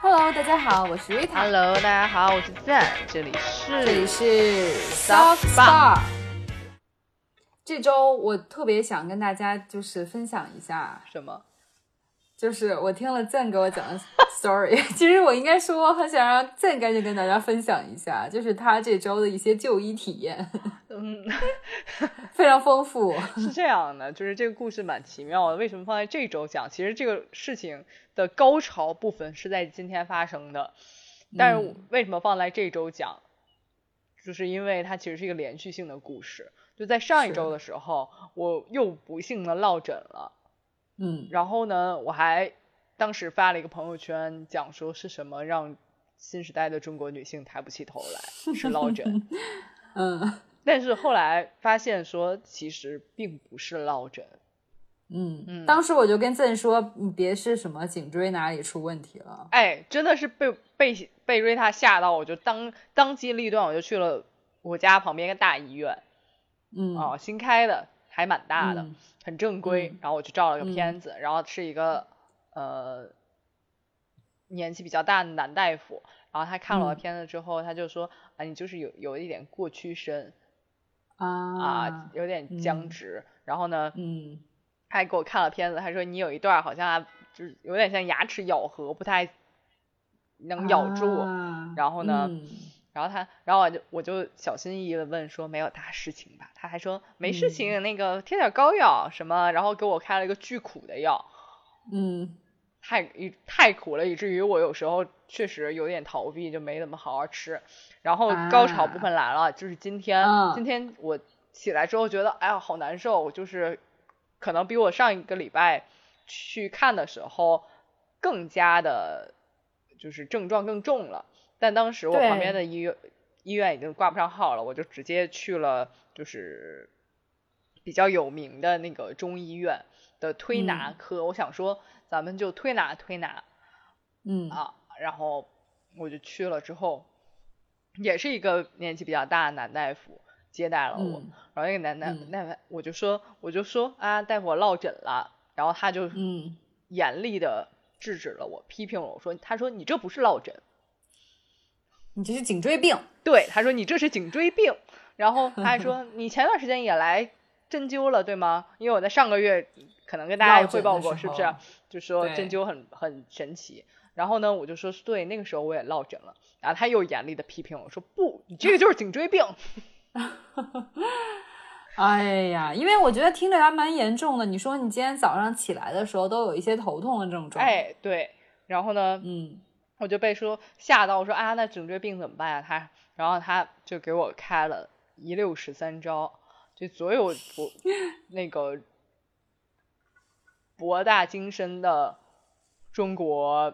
Hello，大家好，我是 Rita。 Hello，大家好，我是赞，这里是这里是 Soft Star。这周我特别想跟大家就是分享一下，什么？就是我听了 Zen 给我讲的 story。其 实我应该说，我很想让 Zen 赶紧跟大家分享一下，就是他这周的一些就医体验，嗯， 非常丰富。是这样的，就是这个故事蛮奇妙的。为什么放在这周讲？其实这个事情的高潮部分是在今天发生的，但是嗯我为什么放在这周讲？就是因为它其实是一个连续性的故事。就在上一是周的时候，我又不幸的落枕了。嗯，然后呢，我还当时发了一个朋友圈，讲说是什么让新时代的中国女性抬不起头来，是落枕。 嗯 但是后来发现说，其实并不是落枕，嗯嗯当时我就跟 Zen 说，你别是什么颈椎哪里出问题了。哎，真的是被被被瑞塔吓到，我就当当机立断，我就去了我家旁边一个大医院嗯，啊、新开的，还蛮大的，嗯很正规。嗯然后我去照了个嗯片子，然后是一个呃年纪比较大的男大夫，然后他看了我嗯的片子之后，他就说啊，你就是有有一点过屈身啊啊，，有点僵嗯直。然后呢，嗯他还给我看了片子，他说你有一段好像啊就是有点像牙齿咬合，不太能咬住。啊然后呢嗯然后他，然后我就我就小心翼翼的问说没有大事情吧？他还说没事情，那个贴点膏药什么，然后给我开了一个巨苦的药，嗯太以太苦了，以至于我有时候确实有点逃避，就没怎么好好吃。然后高潮部分来了，就是今天，啊嗯今天我起来之后觉得哎呀好难受，就是可能比我上一个礼拜去看的时候更加的，就是症状更重了。但当时我对旁边的医院医院已经挂不上号了，我就直接去了就是比较有名的那个中医院的推拿嗯科。我想说咱们就推拿推拿嗯啊，然后我就去了之后，也是一个年纪比较大的男大夫接待了我，嗯然后那个男大嗯大夫我就说我就说啊大夫我落枕了，然后他就嗯严厉的制止了我，批评了我说他说你这不是落枕。你这是颈椎病。对，他说你这是颈椎病，然后他还 说你前段时间也来针灸了，对吗？因为我在上个月可能跟大家也汇报过，落是枕不的时候是？就说对针灸很很神奇。然后呢，我就说对，那个时候我也落枕了，然后他又严厉的批评我说不，你这个就是 颈椎病。哎呀，因为我觉得听着还蛮严重的。你说你今天早上起来的时候都有一些头痛的症状，，哎，对，然后呢，嗯我就被说吓到，我说啊，那颈椎病怎么办呀、他，然后他就给我开了一六十三招，就所有博那个博大精深的中国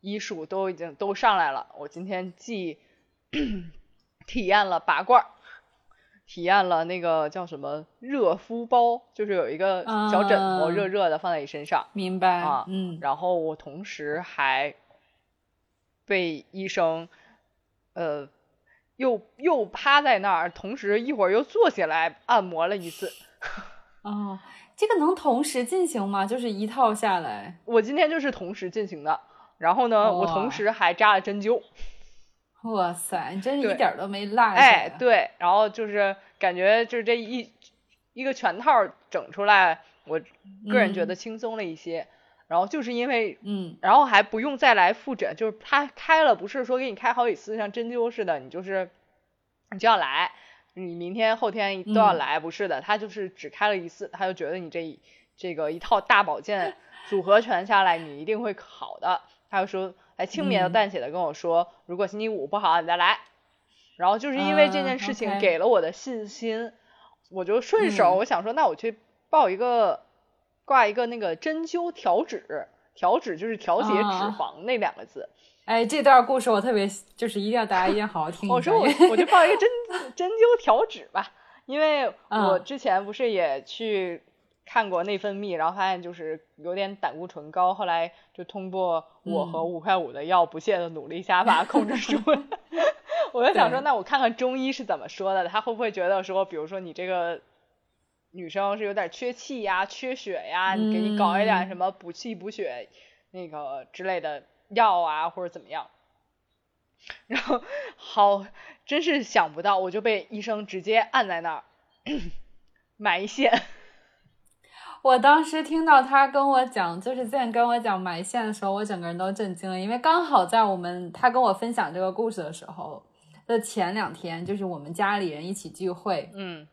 医术都已经都上来了。我今天既 体验了拔罐儿，体验了那个叫什么热敷包，就是有一个小枕啊头热热的放在你身上。明白，啊嗯然后我同时还被医生，呃，又又趴在那儿，同时一会儿又坐起来按摩了一次。哦，这个能同时进行吗？就是一套下来，我今天就是同时进行的，然后呢，我同哇时还扎了针灸。哇塞，你真是对一点儿都没落下。哎，，对，然后就是感觉就是这一一个全套儿整出来，我个人觉嗯得轻松了一些。然后就是因为嗯然后还不用再来复诊，就是他开了，不是说给你开好几次，像针灸似的，你就是你就要来，你明天后天都要嗯来，不是的，他就是只开了一次，他就觉得你这一这个一套大保健组合拳下来，你一定会好的，他就说还轻描嗯淡写的跟我说，如果星期五不好，啊你再来。然后就是因为这啊件事情，OK 给了我的信心，我就顺手、嗯我想说，那我去报一个挂一个那个针灸调脂，调脂就是调节脂啊肪那两个字。哎，这段故事我特别，就是一定要大家一定要好好听一下。我说我因为我就报一个针针灸调脂吧，因为我啊之前不是也去看过内分泌，然后发现就是有点胆固醇高，后来就通过我和嗯五块五的药不懈的努力下把它控制住。 我就想说，对那我看看中医是怎么说的，他会不会觉得说，比如说你这个女生是有点缺气呀、缺血呀，你给你搞一点嗯什么补气补血那个之类的药啊或者怎么样。然后好，真是想不到，我就被医生直接按在那儿埋线。我当时听到他跟我讲，就是在跟我讲埋线的时候，我整个人都震惊了，因为刚好在我们他跟我分享这个故事的时候的前两天，就是我们家里人一起聚会，嗯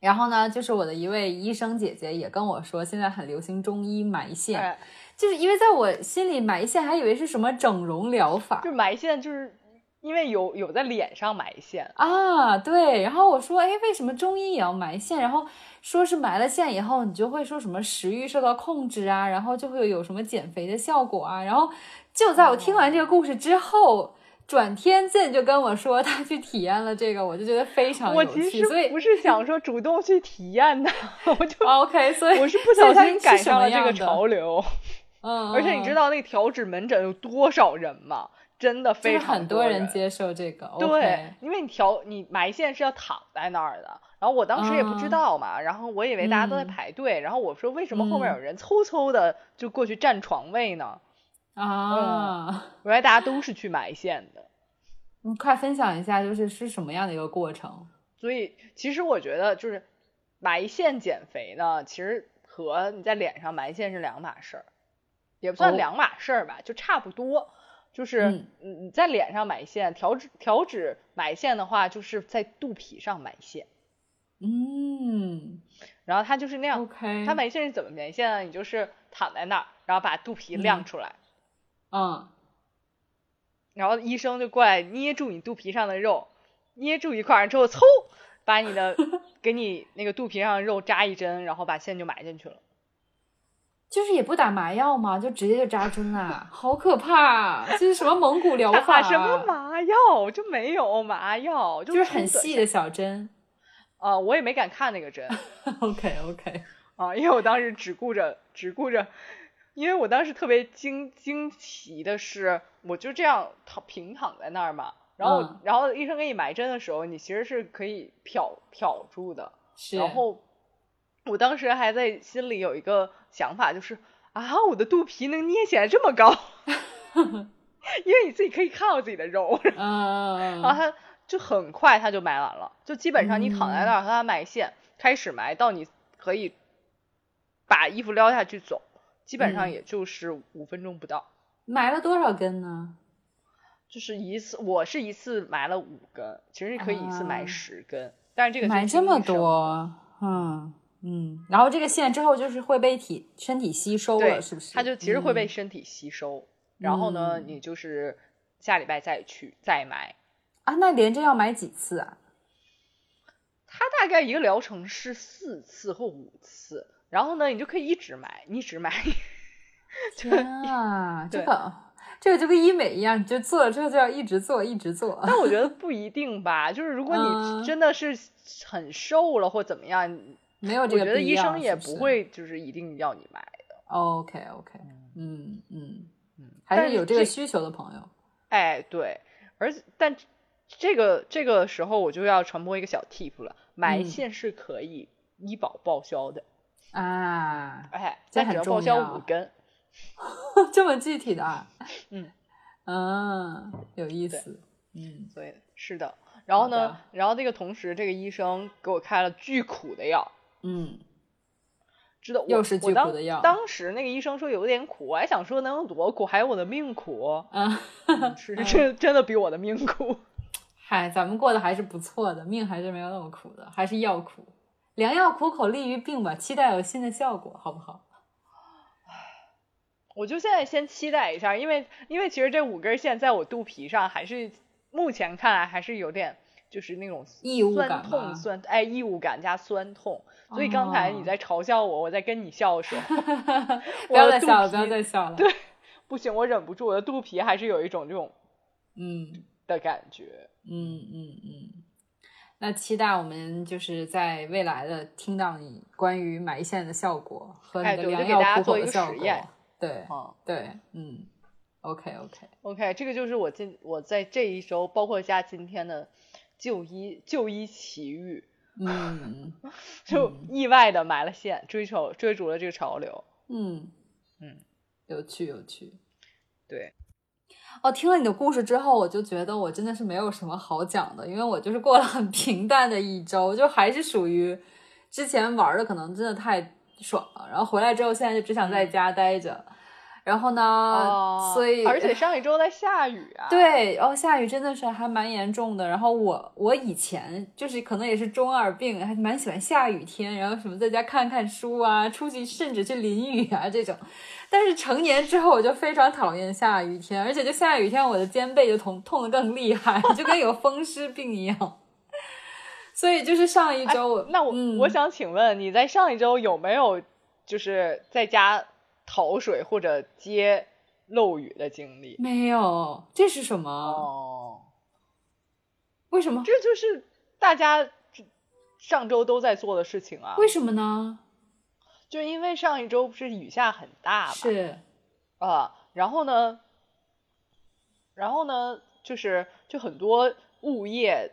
然后呢，就是我的一位医生姐姐也跟我说，现在很流行中医埋线，哎就是因为在我心里埋线还以为是什么整容疗法就是埋线，就是因为有有在脸上埋线，啊，对。然后我说，哎，为什么中医也要埋线？然后说是埋了线以后，你就会说什么食欲受到控制啊，然后就会有什么减肥的效果啊。然后就在我听完这个故事之后。转天见就跟我说他去体验了这个，我就觉得非常有我其趣，实所以啊不是想说主动去体验的， 我就 OK，所以我是不小所以心它赶是什上么了这样个的潮流。嗯，而且你知道。道那个调脂门诊有多少人吗？真的就是非常很多人人。接受这个，对 OK 因为你调你埋线是要躺在那儿的，然后我当时也不知嗯道嘛，然后我以为大家都在嗯排队，然后我说为什么后面嗯有人 嗖嗖的就过去占床位呢？啊，原来大家都是去埋线的，你快分享一下，就是是什么样的一个过程？所以其实我觉得就是埋线减肥呢，其实和你在脸上埋线是两码事儿，也不算哦两码事儿吧，就差不多。就是嗯你你在脸上埋线，调脂调脂埋线的话，就是在肚皮上埋线，嗯然后它就是那样。 ，OK，它埋线是怎么埋线呢？你就是躺在那儿，然后把肚皮亮出来，嗯，然后医生就过来捏住你肚皮上的肉，捏住一块儿之后，嗖，把 你的给你那个肚皮上的肉扎一针，然后把线就埋进去了。就是也不打麻药嘛，就直接就扎针啊，好可怕！啊这是什么蒙古疗法、啊打啊什么？麻药？就没有麻药，就就是很冲着细的小针。 啊、我也没敢看那个针 OK OK，啊，因为我当时只顾着只顾着，因为我当时特别惊惊奇的是，我就这样躺平躺在那儿嘛，然后、嗯然后医生给你埋针的时候，你其实是可以漂漂住的，是，然后我当时还在心里有一个想法，就是啊，我的肚皮能捏起来这么高， 因为你自己可以看到自己的肉，嗯嗯嗯然后它就很快它就埋完了，就基本上你躺在嗯那儿和它埋线，开始埋到你可以把衣服撩下去走，基本上嗯也就是五分钟不到。埋了多少根呢？就是一次，我是一次埋了五根，其实你可以一次埋啊十根，但是这个是埋这听么医生多，嗯嗯，然后这个线之后就是会被体身体吸收对，了，是不是？它就其实会被嗯身体吸收，然后呢，嗯你就是下礼拜再去再买。啊，那连着要买几次 啊？它大概一个疗程是四次或五次，然后呢，你就可以一直买，一直买。 天啊，这对个这个就跟医美一样，你就做了之后就要一直做，一直做。 但我觉得不一定吧，就是如果嗯你真的是很瘦了或怎么样，没有我这个觉得必医要生也是不是会就是一定要你买。 OK OK，嗯嗯，但还是有是这个这需求的朋友。哎，对，而且但这个这个时候我就要传播一个小 tip 了，埋嗯线是可以医保报销的。啊，哎，这但只很要重报销要五根， 这么具体的啊， 嗯嗯，有意对思，嗯，所以是的。然后好呢的，然后那个同时，这个医生给我开了巨苦的药，嗯，知道我又是巨我当苦的药当时那个医生说有点苦，我还想说能有多苦，还有我的命苦， 嗯啊，是 真真的比我的命苦。 嗨，咱们过得还是不错的，命还是没有那么苦的，还是药苦。良药苦口利于病吧，期待有新的效果，好不好？我就现在先期待一下，因为因为其实这五根线在我肚皮上还是目前看来还是有点就是那种异物酸感吧痛酸哎异物感加酸痛，所以刚才你哦在嘲笑我，我在跟你笑的时候， 不要我再的肚笑了，不要皮再笑了。对 不行，我忍不住，我的肚皮还是有一种这种嗯的感觉。嗯嗯嗯。那期待我们就是在未来的听到你关于埋线的效果和你哎的对我良就给大药苦家做口的一个效实果。验对嗯对，嗯，OK OK， ，OK，这个就是我今我在这一周，包括加今天的就医就医奇遇，嗯就意外的埋了线，追求追逐了这个潮流。嗯嗯，有趣有趣。对，哦，听了你的故事之后，我就觉得我真的是没有什么好讲的，因为我就是过了很平淡的一周，就还是属于之前玩的可能真的太爽了，然后回来之后现在就只想在家待着。然后呢，嗯哦啊所以而且上一周在下雨啊，，对，哦，下雨真的是还蛮严重的。然后我我以前就是可能也是中二病，还蛮喜欢下雨天，然后什么在家看看书啊，出去甚至去淋雨啊这种。但是成年之后，我就非常讨厌下雨天，而且就下雨天，我的肩背就痛痛得更厉害，就跟有风湿病一样。所以就是上一周我、哎那我、嗯我想请问你在上一周有没有就是在家淘水或者接漏雨的经历？没有，这是什么？哦，为什么？这就是大家上周都在做的事情啊，为什么呢？就因为上一周不是雨下很大嘛，是啊，然后呢，然后呢，就是就很多物业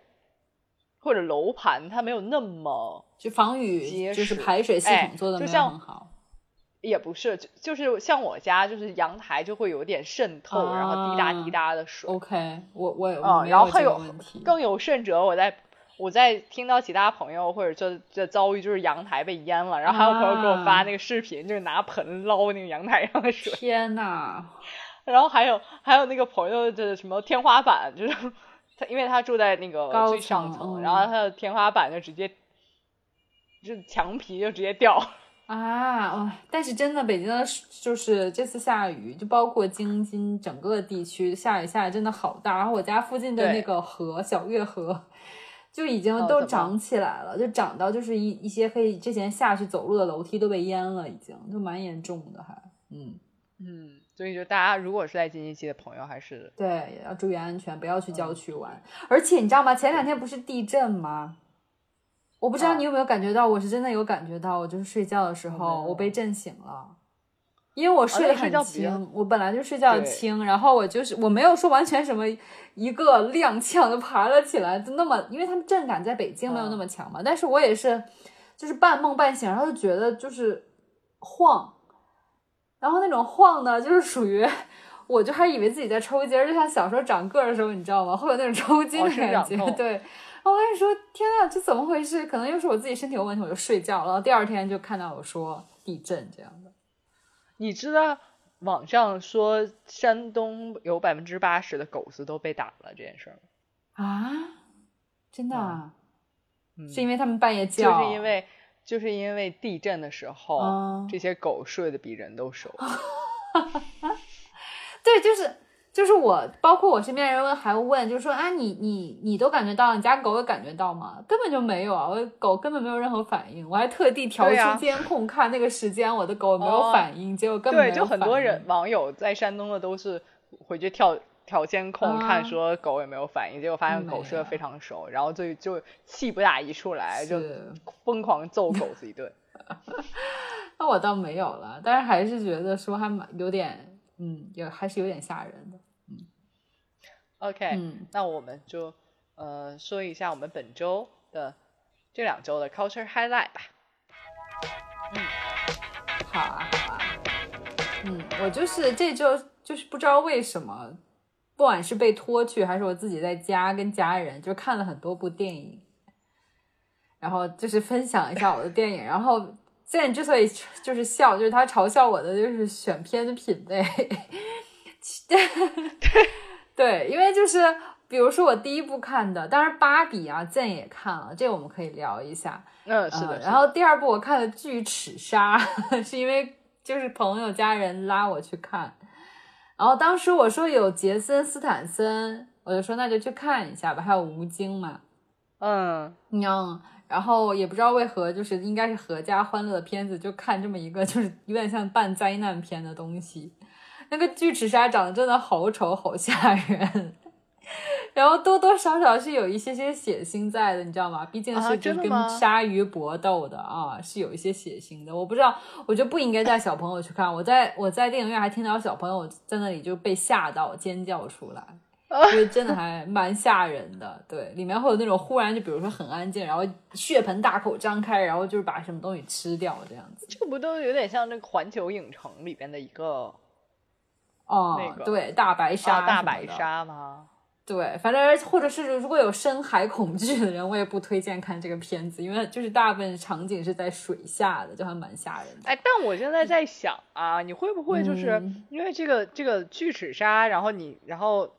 或者楼盘，它没有那么，就防雨，结就是实排水系哎统做的没就有像很好。也不是，就就是像我家，就是阳台就会有点渗透，然后滴答滴啊答的水， OK，我我也啊没然后还这个有问题，更有甚者，我在我在听到其他朋友或者就就遭遇就是阳台被淹了，然后还有朋友给我啊发那个视频，就是拿盆捞那个阳台上的水，天呐，然后还有还有那个朋友的什么天花板，就是他因为他住在那个高最上层层，嗯然后他的天花板就直接就墙皮就直接掉，啊！哦，但是真的，北京的水就是这次下雨，就包括京津整个地区下雨下的真的好大。然后我家附近的对那个河小月河，就已经哦都怎么涨起来了，就涨到就是一一些可以之前下去走路的楼梯都被淹了，已经就蛮严重的还。嗯， 嗯，所以就大家如果是在京津冀的朋友，还是对，也要注意安全，不要去嗯郊区玩。而且你知道吗？前两天不是地震吗？我不知道啊你有没有感觉到，我是真的有感觉到，我就是睡觉的时候没有哦我被震醒了，因为我睡得那睡很觉比较轻，我本来就睡觉对轻，然后我就是我没有说完全什么一个踉跄的爬了起来，就那么，因为他们震感在北京没有嗯那么强嘛，但是我也是就是半梦半醒，然后就觉得就是晃，然后那种晃呢，就是属于。我就还以为自己在抽筋儿，就像小时候长个儿的时候，你知道吗？会有那种抽筋哦的生感长觉。痛对，然后我跟你说，天呐，这怎么回事？可能又是我自己身体有问题，我就睡觉了。然后第二天就看到我说地震这样的。你知道网上说山东有百分之八十的狗子都被打了这件事儿吗，啊，真的、啊嗯是因为他们半夜就叫，是因为就是因为地震的时候，哦这些狗睡得比人都熟。对，就是就是我，包括我身边人问还问，就说啊，你你你都感觉到，你家狗也感觉到吗？根本就没有啊，我狗根本没有任何反应，我还特地调对呀出监控、看那个时间，我的狗有没有哦反应，结果根本没有对，就很多反应人网友在山东的都是回去跳调监控啊嗯看说狗有没有反应，结果发现没狗睡得了非常熟，然后就就气不打一处来，就是疯狂揍狗子一 顿。那我倒没有了，但是还是觉得说还蛮有点，嗯，有还是有点吓人的。 OK，、嗯，那我们就呃说一下我们本周的这两周的 culture highlight 吧。好啊，好啊。嗯，我就是这周就是不知道为什么，不管是被拖去，还是我自己在家跟家人，就是看了很多部电影，然后就是分享一下我的电影。然后现在之所以就是笑，就是他嘲笑我的就是选片的品味。 对，因为就是比如说我第一部看的，当然芭比啊，健也看了，这个我们可以聊一下。嗯，是的，嗯是然的后第二部我看的巨齿鲨， 是因为就是朋友家人拉我去看，然后当时我说有杰森斯坦森，我就说那就去看一下吧，还有吴京嘛，嗯，嗯，然后也不知道为何，就是应该是合家欢乐的片子，就看这么一个就是有点像半灾难片的东西。那个巨齿鲨长得真的好丑，好吓人。然后多多少少是有一些些血腥在的，你知道吗？毕竟啊是就真是的跟吗鲨鱼搏斗的啊是有一些血腥的。我不知道，我就不应该带小朋友去看。我在我在电影院还听到小朋友在那里就被吓到尖叫出来。因为真的还蛮吓人的。对，里面会有那种忽然就比如说很安静，然后血盆大口张开，然后就是把什么东西吃掉这样子。这不都有点像那个环球影城里边的一个哦，那个对，大白鲨、啊，大白，鲨吗？对，反正或者是如果有深海恐惧的人，我也不推荐看这个片子，因为就是大部分场景是在水下的，就还蛮吓人的。哎，但我现在在想啊，你会不会就是嗯因为这个、这个巨齿鲨，然后你然后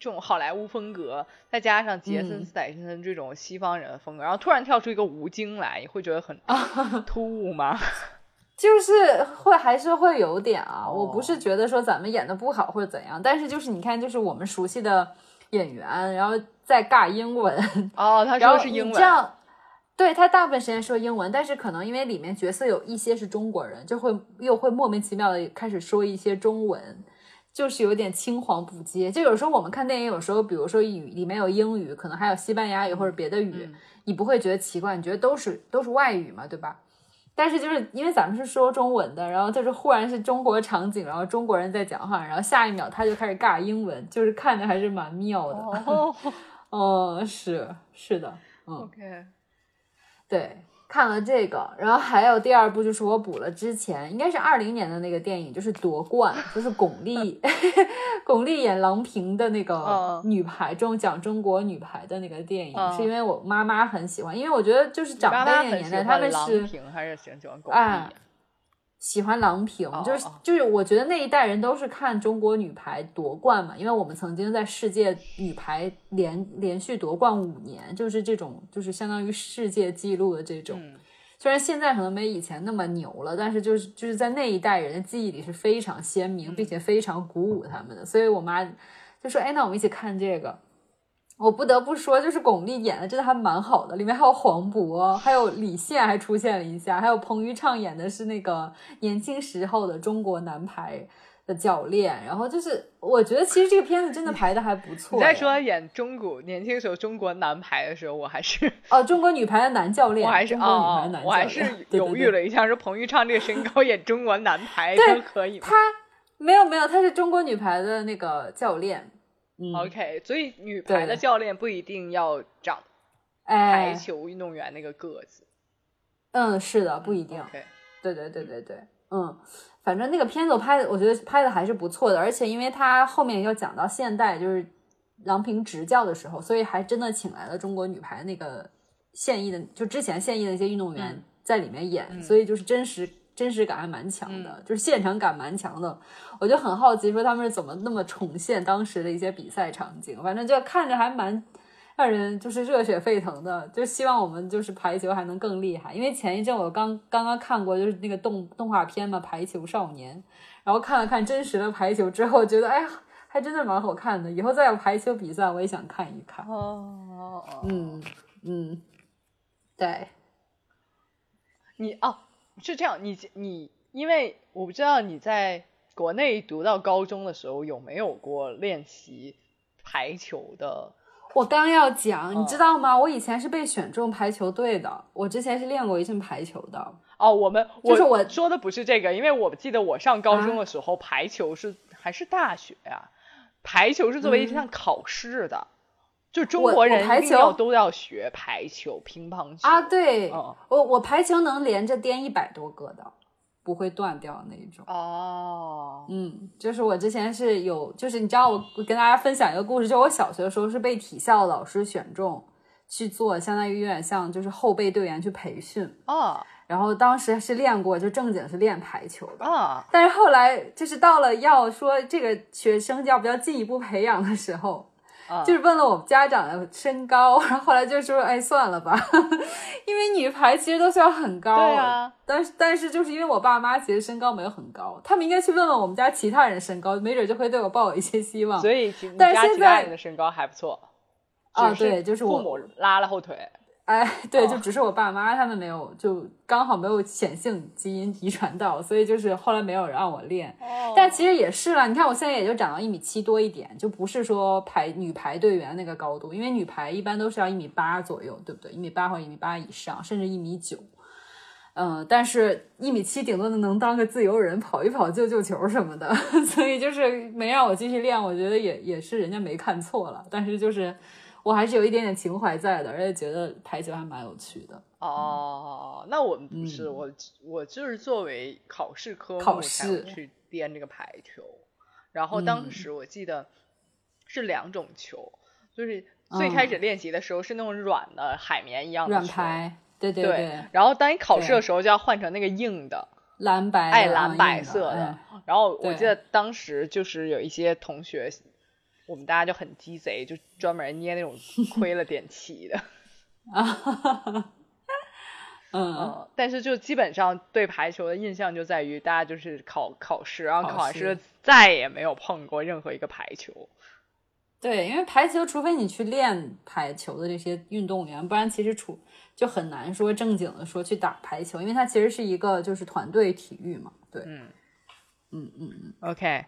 这种好莱坞风格，再加上杰森嗯斯坦森这种西方人的风格，然后突然跳出一个吴京来，你会觉得 很突兀吗？就是会还是会有点啊，哦我不是觉得说咱们演的不好或者怎样，但是就是你看，就是我们熟悉的演员，然后再尬英文，哦，他然说后的是英你文，这样，对他大部分时间说英文，但是可能因为里面角色有一些是中国人，就会又会莫名其妙的开始说一些中文。就是有点青黄不接，就有时候我们看电影，有时候比如说语里面有英语，可能还有西班牙语或者别的语，嗯你不会觉得奇怪，你觉得都是都是外语嘛，对吧？但是就是因为咱们是说中文的，然后就是忽然是中国场景，然后中国人在讲话，然后下一秒他就开始尬英文，就是看着还是蛮妙的。哦哦，是是的，嗯， ，OK，对，看了这个，然后还有第二部就是我补了之前应该是二零年的那个电影，就是夺冠，就是巩俐， 巩俐演郎平的那个嗯女排中讲中国女排的那个电影，嗯是因为我妈妈很喜欢，因为我觉得就是 你长妈辈那妈个很年喜代欢他们郎是。平还是挺喜欢巩俐、啊喜欢郎平，哦就是哦就是，我觉得那一代人都是看中国女排夺冠嘛，因为我们曾经在世界女排连连续夺冠五年，就是这种就是相当于世界纪录的这种。嗯虽然现在可能没以前那么牛了，但是就是就是在那一代人的记忆里是非常鲜明，并嗯且非常鼓舞他们的。所以我妈就说：“哎，那我们一起看这个。”我不得不说，就是巩俐演的真的还蛮好的，里面还有黄渤，还有李现还出现了一下，还有彭昱畅演的是那个年轻时候的中国男排的教练。然后就是，我觉得其实这个片子真的排的还不错。你在说演中国年轻时候中国男排的时候，我还是哦，中国女排的男教练，我还是中国女排的哦男教，练， 我还是对犹对豫对了一下，说彭昱畅这个身高演中国男排对真可以吗他没有没有，他是中国女排的那个教练。嗯， ？OK，所以女排对的教练不一定要长排哎，球运动员那个个子，嗯，是的，不一定。 OK，对对对对对，嗯，反正那个片子我拍，我觉得拍的还是不错的，而且因为他后面要讲到现代，就是郎平执教的时候，所以还真的请来了中国女排那个现役的，就之前现役的一些运动员嗯在里面演，嗯所以就是真实。真实感还蛮强的，就是现场感蛮强的。我就很好奇，说他们是怎么那么重现当时的一些比赛场景，反正就看着还蛮让人就是热血沸腾的，就希望我们就是排球还能更厉害。因为前一阵我刚刚刚看过就是那个动动画片嘛，《排球少年》，然后看了看真实的排球之后，觉得哎呀，还真的蛮好看的。以后再有排球比赛，我也想看一看。哦哦，嗯嗯，对，你哦是这样，你你因为我不知道你在国内读到高中的时候有没有过练习排球的，我刚要讲，哦你知道吗？我以前是被选中排球队的，我之前是练过一阵排球的。哦，我们就是我我说的不是这个，因为我记得我上高中啊的时候，排球是还是大学啊，排球是作为一项考试的，就嗯中我国我人排一定要球都要学排球、乒乓球啊，对，哦我我排球能连着颠一百多个的，不会断掉那一种。哦，嗯，就是我之前是有，就是你知道我，我跟大家分享一个故事，就我小学的时候是被体校老师选中去做，相当于有点像就是后备队员去培训，哦然后当时是练过，就正经是练排球的。哦，但是后来就是到了要说这个学生要不要进一步培养的时候，啊就是问了我们家长的身高，然后后来就说，哎，算了吧， 因为女排其实都需要很高，对啊，但是但是就是因为我爸妈其实身高没有很高，他们应该去问问我们家其他人身高，没准就会对我抱有一些希望。所以其你但是家现其他在人的身高还不错啊只对就是父我母拉了后腿，哎，对，哦就只是我爸妈他们没有，就刚好没有显性基因遗传到，所以就是后来没有让我练。哦哦但其实也是啦，你看我现在也就长到一米七多一点，就不是说排女排队员那个高度，因为女排一般都是要一米八左右，对不对？一米八或一米八以上，甚至一米九。嗯，但是一米七顶多能当个自由人，跑一跑救救球什么的， 所以就是没让我继续练，我觉得也也是人家没看错了，但是就是我还是有一点点情怀在的，而且觉得排球还蛮有趣的。哦，那我们不是、我，我就是作为考试科嗯目考才会试嗯去颠这个排球，然后当时我记得是两种球，就是最开始练习的时候是那种软的海绵一样嗯的软球，排，对对啊对然后当你考试的时候就要换成那个硬的，蓝白的爱啊蓝硬白的色的哎。然后我对记得当时就是有一些同学，我们大家就很鸡贼，就专门捏那种亏了点 漆的。啊哈哈哈，嗯，嗯，但是就基本上对排球的印象就在于大家就是考考试，然后考考完试试再也没有碰过任何一个排球。对，因为排球，除非你去练排球的这些运动员，不然其实处就很难说正经的说去打排球，因为它其实是一个就是团队体育嘛。对嗯嗯嗯，OK，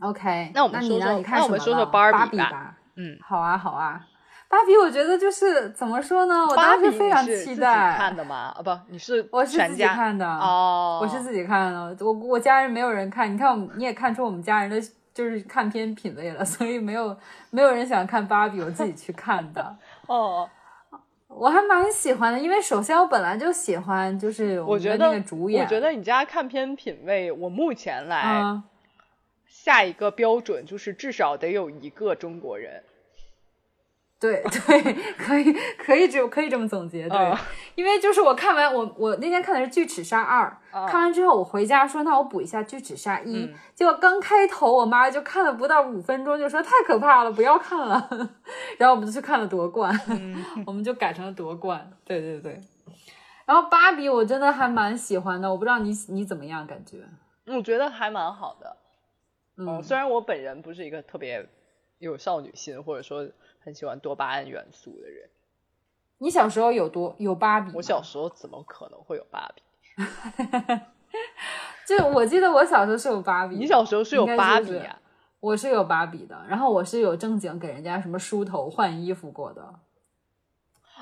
，OK，那我们你说呢？说你看那什我们么说了说芭比芭比吧吧。嗯，好啊，好啊，芭比，我觉得就是怎么说呢，我芭当比时你非常是期自己待。看的吗？啊，不，你是我是自全己家看的，哦，我是自己看的，我我家人没有人看，你看我们你也看出我们家人的就是看片品味了，所以没有没有人想看芭比，我自己去看的，哦，我还蛮喜欢的，因为首先我本来就喜欢就是我我们觉的得那个主演，我觉得哎你家看片品味，我目前来、啊，下一个标准就是至少得有一个中国人。对 对，可以可以这可以这么总结，对，嗯因为就是我看完我我那天看的是《巨齿鲨二》，嗯看完之后我回家说那我补一下《巨齿鲨一》嗯结果刚开头我妈就看了不到五分钟就说太可怕了，不要看了， 然后我们就去看了夺冠，嗯 我们就改成了夺冠，对对对。然后芭比我真的还蛮喜欢的，我不知道你你怎么样感觉？我觉得还蛮好的。嗯虽然我本人不是一个特别有少女心，或者说很喜欢多巴胺元素的人，你小时候有多有芭比吗？我小时候怎么可能会有芭比？就我记得我小时候是有芭比的，你小时候是有应该芭就比是啊？我是有芭比的，然后我是有正经给人家什么梳头、换衣服过的。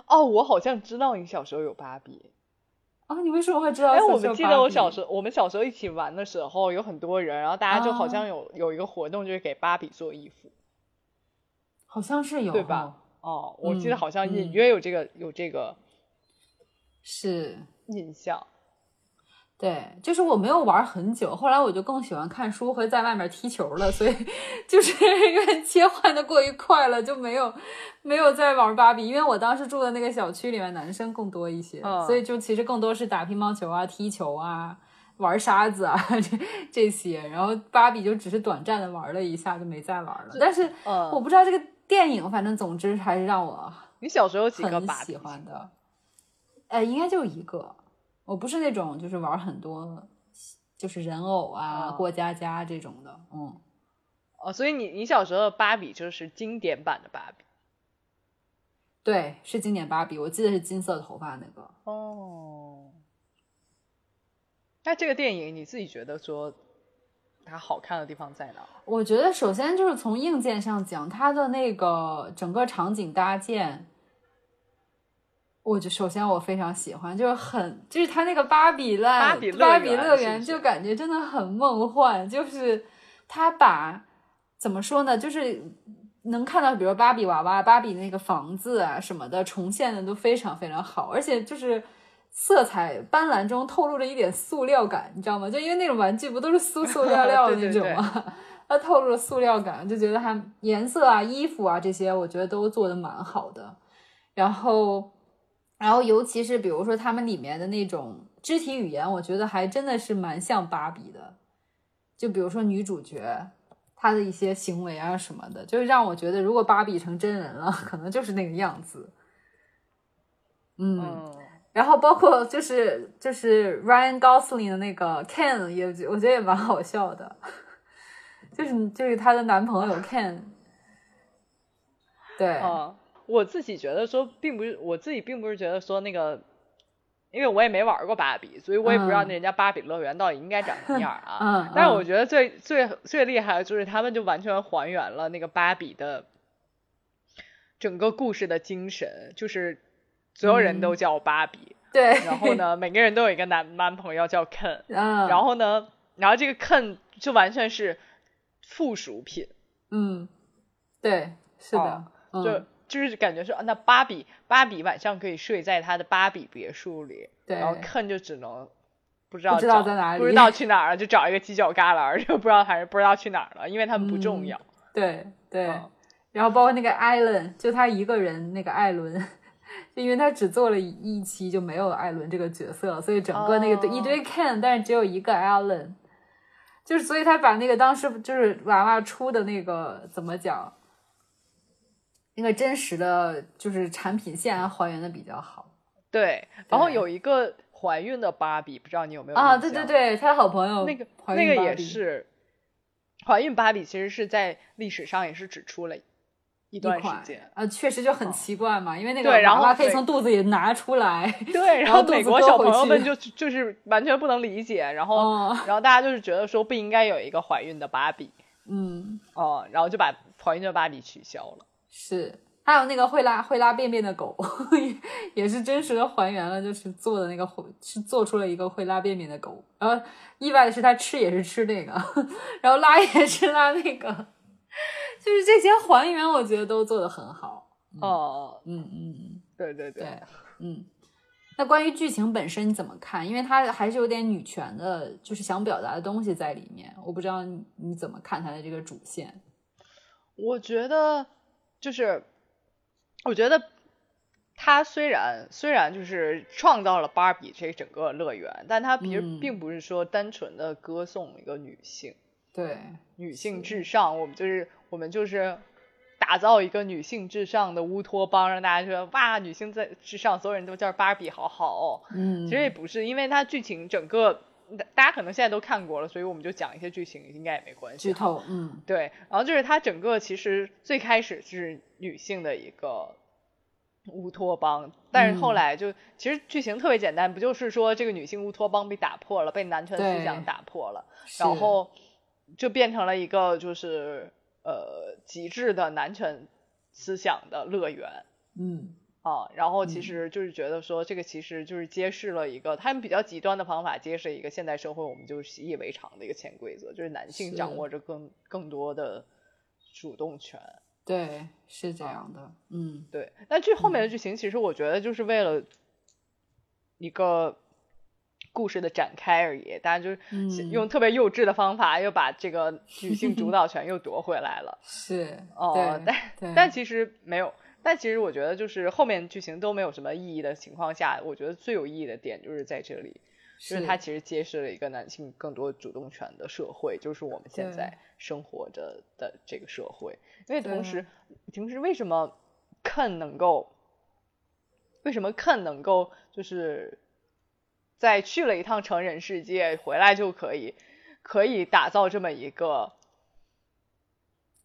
哦，我好像知道你小时候有芭比。哦，你为什么会知道？哎，我们记得我小时候，候，我们小时候一起玩的时候，有很多人，然后大家就啊好像有、有一个活动，就是给芭比做衣服。好像是有，对吧？哦，我记得嗯好像隐嗯约有这个、有这个是，印象。对，就是我没有玩很久，后来我就更喜欢看书和在外面踢球了，所以就是 因为切换的过于快了，就没有没有再玩芭比，因为我当时住的那个小区里面男生更多一些，嗯所以就其实更多是打乒乓球啊、踢球啊、玩沙子啊 这这些，然后芭比就只是短暂的玩了一下就没再玩了，但是嗯，我不知道这个电影，反正总之还是让我你小时候有几个很芭比喜？欢的。呃，应该就一个。我不是那种就是玩很多，就是人偶啊、哦过家家这种的。嗯，哦，所以你你小时候的芭比就是经典版的芭比。对，是经典芭比，我记得是金色头发那个。哦。那这个电影你自己觉得说它好看的地方在哪？我觉得首先就是从硬件上讲，它的那个整个场景搭建，我就首先我非常喜欢，就是很就是它那个芭比乐芭比乐园芭比乐是园不是就感觉真的很梦幻，就是它把怎么说呢，就是能看到，比如芭比娃娃、芭比那个房子啊什么的，重现的都非常非常好，而且就是。色彩斑斓中透露着一点塑料感，你知道吗？就因为那种玩具不都是 塑塑料料的对那对种吗？它透露了塑料感，就觉得它颜色啊、衣服啊这些，我觉得都做的蛮好的。然后，然后尤其是比如说他们里面的那种肢体语言，我觉得还真的是蛮像芭比的。就比如说女主角她的一些行为啊什么的，就是让我觉得如果芭比成真人了， 可能就是那个样子。嗯，嗯，然后包括就是就是 Ryan Gosling 的那个 Ken 也，我觉得也蛮好笑的， 就是就是她的男朋友 Ken，对，啊，我自己觉得说，并不是我自己并不是觉得说那个，因为我也没玩过芭比，所以我也不知道嗯那人家芭比乐园到底应该长什么样啊。 嗯但是嗯我觉得最最最厉害的就是他们就完全还原了那个芭比的整个故事的精神，就是所有人嗯都叫芭比，对，然后， 呢，每个人都有一个男男朋友叫 Ken，嗯，然后呢，然后这个 Ken 就完全是附属品，嗯，对，是的哦，就嗯，就是感觉说，啊那芭比芭比晚上可以睡在他的芭比别墅里，对然后 Ken 就只能不知道不知道找在哪不知里道去哪儿了，就找一个犄角旮旯儿，就不知道还是不知道去哪儿了，因为他们不重嗯要。对对、嗯然后包括那个艾伦，就他一个人那个艾伦， 就因为他只做了一期就没有艾伦这个角色，所以整个那个对哦一堆 Ken，但是只有一个 Allen，就是所以他把那个当时就是娃娃出的那个怎么讲，那个真实的就是产品线啊还原的比较好对，然后对有一个怀孕的芭比，不知道你有没有啊，印对对象对，他的好朋友那个怀那孕个芭也比是，怀孕芭比其实是在历史上也是只出了一一段时款间，啊，确实就很奇怪嘛，因为那个嗯对然娃后娃可以对从肚子里拿出来，对，然然后后肚美子国割小回朋友去们就就是完全不能理解，然后、哦，然后大家就是觉得说不应该有一个怀孕的芭比，嗯，哦、然后就把怀孕的芭比取消了。是。还有那个会拉会拉便便的狗， 也是真实的还原了，就是做的那个会是做出了一个会拉便便的狗。然后意外的是，它吃也是吃那个， 然后拉也是拉那个， 就是这些还原，我觉得都做得很好。哦、嗯嗯嗯。对对对啊对，嗯，那关于剧情本身你怎么看？因为它还是有点女权的，就是想表达的东西在里面。我不知道你你怎么看它的这个主线。我觉得就是，我觉得他虽然虽然就是创造了芭比这整个乐园，但他其实嗯并不是说单纯的歌颂一个女性，对，女性是至上。我们就是我们就是打造一个女性至上的乌托邦，让大家说哇，女性在至上，所有人都叫芭比，好好哦。嗯，其实也不是，因为它剧情整个大家可能现在都看过了，所以我们就讲一些剧情应该也没关系剧哈。透，嗯对，然后就是它整个其实最开始是女性的一个乌托邦，但是后嗯来就、其实剧情特别简单，不就是说这个女性乌托邦被打破了，被男权思想对打破了，是然后就变成了一个就是呃极致的男权思想的乐园。嗯啊，然后其嗯实就是觉得说，这个其实就是揭示了一个他们比较极端的方法，揭示一个现代社会我们就习以为常的一个潜规则，就是男性掌是握着更更多的主动权。对，是这样的，嗯对，但剧后面的剧情，其实我觉得就是为了一个故事的展开而已，大家就是嗯用特别幼稚的方法又把这个女性主导权又夺回来 了。是哦，对但对但其实没有，但其实我觉得就是后面剧情都没有什么意义的情况下，我觉得最有意义的点就是在这里，就是它其实揭示了一个男性更多主动权的社会，就是我们现对在生活着的这个社会。因为同对时，同时为什么 Ken 能够，为什么 Ken 能够就是在去了一趟成人世界回来就可以，可以打造这么一个。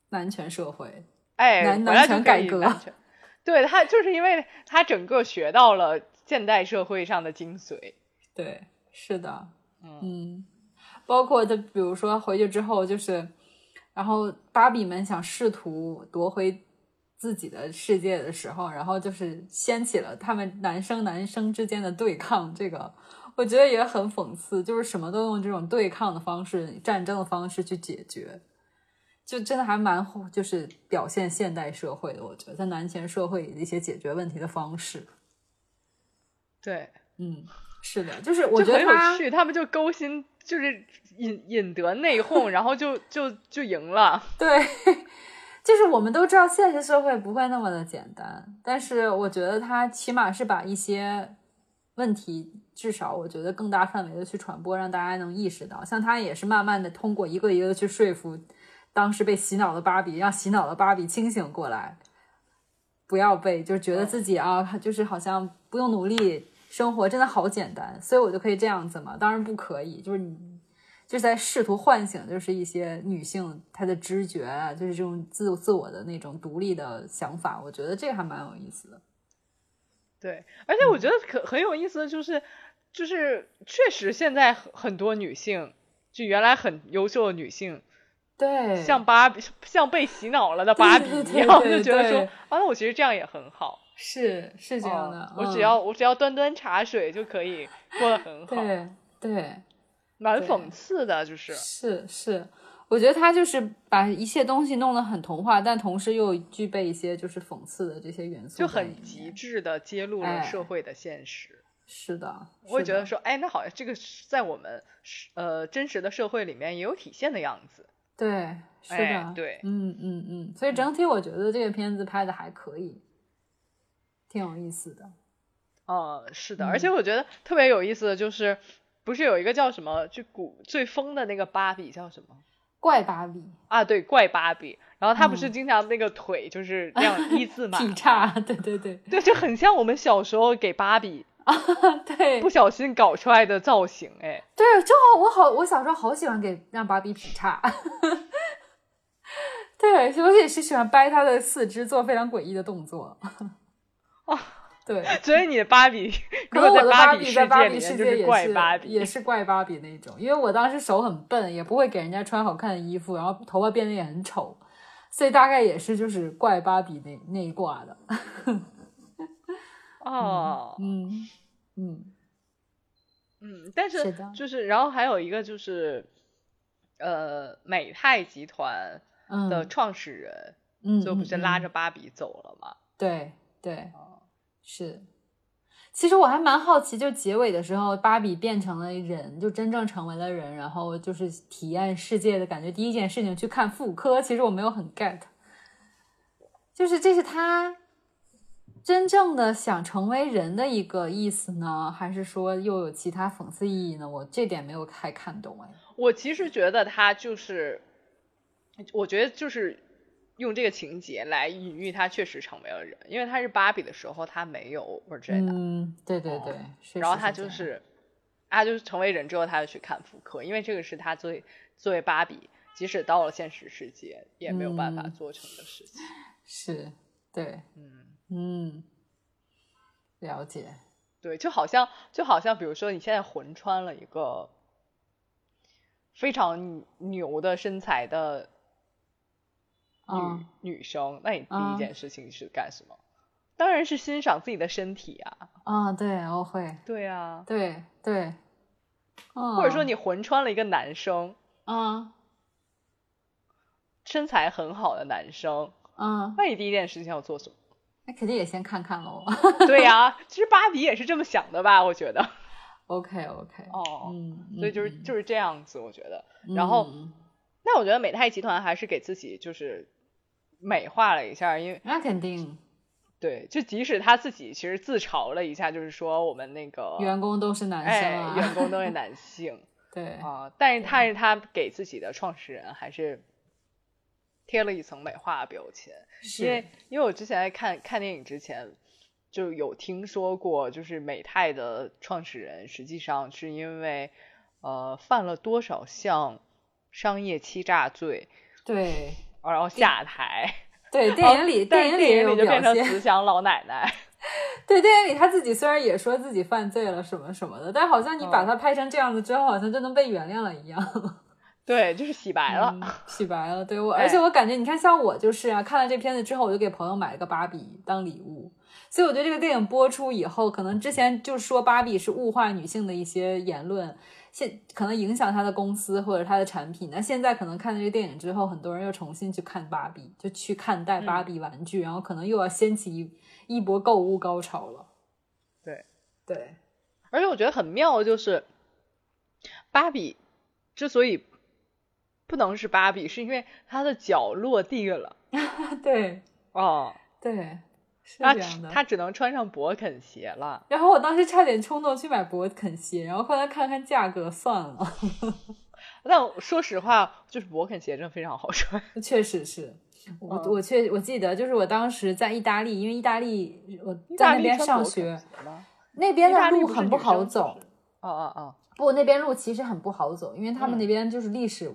男权社会，哎，男回男来就权可改以革男权对他就是因为他整个学到了现代社会上的精髓，对，是的，嗯，嗯，包括他，比如说回去之后，就是，然后芭比们想试图夺回自己的世界的时候，然后就是掀起了他们男生男生之间的对抗。这个我觉得也很讽刺，就是什么都用这种对抗的方式、战争的方式去解决，就真的还蛮就是表现现代社会的。我觉得在男权社会里的一些解决问题的方式，对，嗯，是的，就是我就觉得很他有趣，他们就勾心，就是引引得内讧，然后就就就赢了， 对，就是我们都知道现实社会不会那么的简单，但是我觉得它起码是把一些问题，至少我觉得更大范围的去传播，让大家能意识到。像他也是慢慢的通过一个一个的去说服当时被洗脑的芭比，让洗脑的芭比清醒过来，不要被就是觉得自己啊，就是好像不用努力。生活真的好简单，所以我就可以这样子嘛？当然不可以，就是你就是在试图唤醒，就是一些女性她的知觉啊，就是这种自自我的那种独立的想法，我觉得这个还蛮有意思的。对，而且我觉得可很有意思的就是，就是确实现在很很多女性，就原来很优秀的女性，对，像芭比，像被洗脑了的芭比对对一对样，对就觉得对说啊，那我其实这样也很好。是是这样的，哦我只嗯要我只要端端茶水就可以过得很好，对对蛮对讽刺的，就是是是，我觉得他就是把一切东西弄得很童话，但同时又具备一些就是讽刺的这些元素在就里面，很极致的揭露了哎社会的现实。是的，我会觉得是的说，哎，那好像这个是在我们是呃真实的社会里面也有体现的样子。对，是的，哎对嗯嗯嗯，所以整体我觉得这个片子拍的还可以，挺有意思的。嗯，是的，而且我觉得特别有意思的就是，不是有一个叫什么，就古最疯的那个芭比叫什么怪芭比啊？对，怪芭比。然后她不嗯是经常那个腿就是那样一 字马，劈叉，对对对对，就很像我们小时候给芭比对不小心搞出来的造型，哎，对，就好，我好，我小时候好喜欢给让芭比劈叉， 对，尤其是喜欢掰她的四肢做非常诡异的动作。哦，对，所以你的芭比可如能果我的芭比世在芭界比里面世就界也怪芭比，也是怪芭比那种，因为我当时手很笨，也不会给人家穿好看的衣服，然后头发编得也很丑，所以大概也是就是怪芭比那那一挂的。哦，嗯嗯，嗯，但是是的就是，然后还有一个就是，呃，美泰集团嗯的创始人，嗯，最后不是嗯拉嗯着芭比走了嘛？对对，是。其实我还蛮好奇，就结尾的时候，芭比变成了人，就真正成为了人，然后就是体验世界的感觉。第一件事情去看妇科，其实我没有很 get，就是这是他真正的想成为人的一个意思呢，还是说又有其他讽刺意义呢？我这点没有太看懂哎。我其实觉得他就是，我觉得就是用这个情节来隐喻他确实成为了人，因为他是芭比的时候他没有 Virginia，、嗯，对对对，是哦然后是他这就样是，他就是成为人之后，他就去看妇科，因为这个是他作为作为芭比，即使到了现实世界也没有办法嗯做成的事情。是，对，嗯嗯，了解，对，就好像就好像比如说你现在魂穿了一个非常牛的身材的女、嗯。女生，那你第嗯一件事情是干什么？当然是欣赏自己的身体啊，啊、对，我会，对啊，对对，嗯，或者说你魂穿了一个男生，嗯身材很好的男生，嗯，那你第一件事情要做什么？那肯定也先看看 喽。对呀、其实芭比也是这么想的吧？我觉得， OK OK，哦，嗯，所以就是嗯就是这样子，我觉得。嗯然后嗯那我觉得美泰集团还是给自己就是美化了一下，因为那肯定对，就即使他自己其实自嘲了一下，就是说我们那个员工都是男生哦哎啊，员工都是 男性对，啊、但是但是他给自己的创始人还是贴了一层美化的标签。因是为，因为我之前在看看电影之前，就有听说过，就是美泰的创始人实际上是因为呃犯了多少项商业欺诈罪，对然后下台。 对，电影里但电是影电也影有里就表变成 现，慈祥老奶 奶。对电影里他自己虽然也说自己犯罪了什么什么的，但好像你把嗯他拍成这样子之后，好像就能被原谅了一样。对，就是洗白了。嗯，洗白了。对我， 哎而且我感觉，你看，像我就是啊，看了这片子之后，我就给朋友买了个芭比当礼物。所以我觉得这个电影播出以后，可能之前就说芭比是物化女性的一些言论，现可能影响她的公司或者她的产品。那现在可能看了这个电影之后，很多人又重新去看芭比，就去看待嗯芭比玩具，然后可能又要掀起一一波购物高潮了。对对， 而且我觉得很妙的就是，芭比之所以不能是芭比，是因为她的脚落地了。对哦，对，是她这样的。她只能穿上勃肯鞋了。然后我当时差点冲动去买勃肯鞋，然后后来看看价格算了，但我说实话，就是勃肯鞋真的非常 好穿。确实是。我嗯我确我记得，就是我当时在意大利，因为意大利我意在大那利边穿上勃肯学，鞋吗？那边意大的利路不是很女不好生走就，是哦哦哦，不，那边路其实很不好走，因为他们嗯那边就是历史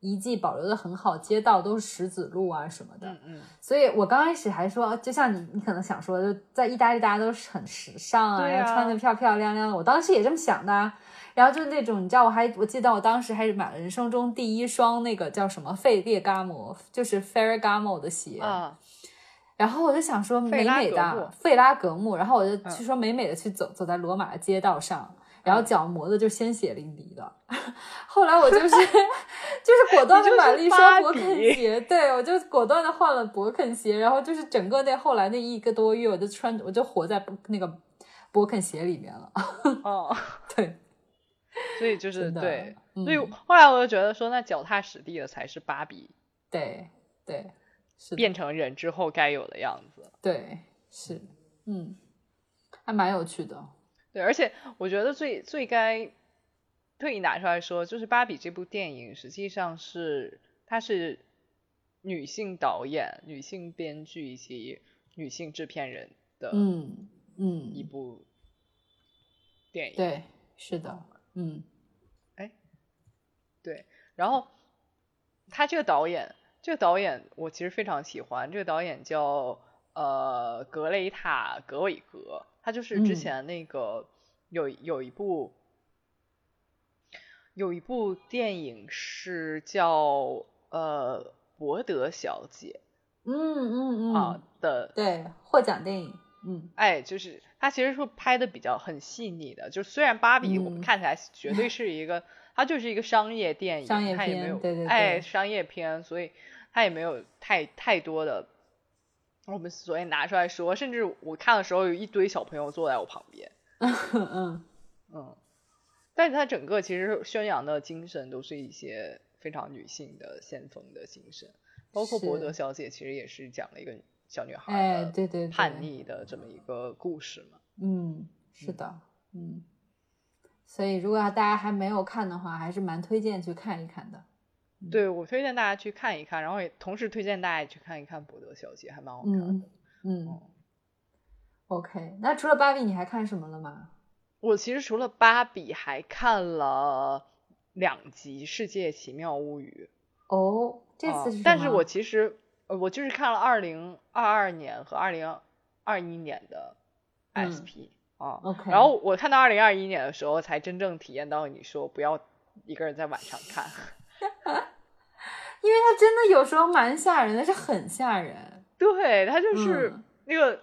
遗迹保留的很好，街道都是石子路啊什么的。嗯嗯，所以我刚开始还说，就像你，你可能想说，就在意大利大家都是很时尚啊，对然后啊穿的漂漂亮亮的。我当时也这么想的、啊，然后就是那种，你知道，我还我记得我当时还是买了人生中第一双那个叫什么费列伽摩，就是 Ferragamo 的鞋。啊，然后我就想说，美美费拉格嗯的慕费拉格慕，然后我就去说美美的去走、走在罗马的街道上，然嗯后脚磨的就鲜血淋漓的。 后来我就是就 是果断的买了一双勃肯鞋，对我就果断的换了勃肯鞋，然后就是整个那后来那一个多月，我就穿我就活在那个。勃肯鞋里面了。哦， 对， 所以就是真的对，嗯所以后来我就觉得说，那脚踏实地的才是芭比对对是的变成人之后该有的样子。对是，嗯，还蛮有趣的。对，而且我觉得最最该特意拿出来说，就是《芭比》这部电影，实际上是它是女性导演、女性编剧以及女性制片人的嗯一嗯，部电影。对，是的，嗯然后他这个导演，这个导演我其实非常喜欢，这个导演叫呃格雷塔·格韦格，他就是嗯之前那个、有有一部有一部电影是叫呃伯德小姐嗯嗯嗯，啊的，对，获奖电影，嗯哎，就是他其实是拍的比较很细腻的，就虽然芭比我嗯们看起来绝对是一个，它就是一个商业电影，商业它也没片有对对哎对商业片，所以它也没有太太多的我们所以拿出来说，甚至我看的时候有一堆小朋友坐在我旁边， 嗯嗯，嗯，但是它整个其实宣扬的精神都是一些非常女性的先锋的精神，包括伯是德小姐其实也是讲了一个小女孩哎，的对对对，叛逆的这么一个故事嘛。嗯，是的，嗯，所以如果大家还没有看的话，还是蛮推荐去看一看的。嗯对，我推荐大家去看一看，然后也同时推荐大家也去看一看《伯德小姐》，还蛮好看的。嗯嗯，OK。那除了芭比，你还看什么了吗？我其实除了芭比，还看了两集《世界奇妙物语》哦，这啊次是什么、但是我其实呃我就是看了二零二二年和二零二一年的嗯 SP、啊。 OK，然后我看到二零二一年的时候，才真正体验到你说不要一个人在晚上看。因为它真的有时候蛮吓人的，是很吓人。对，他就是嗯那个，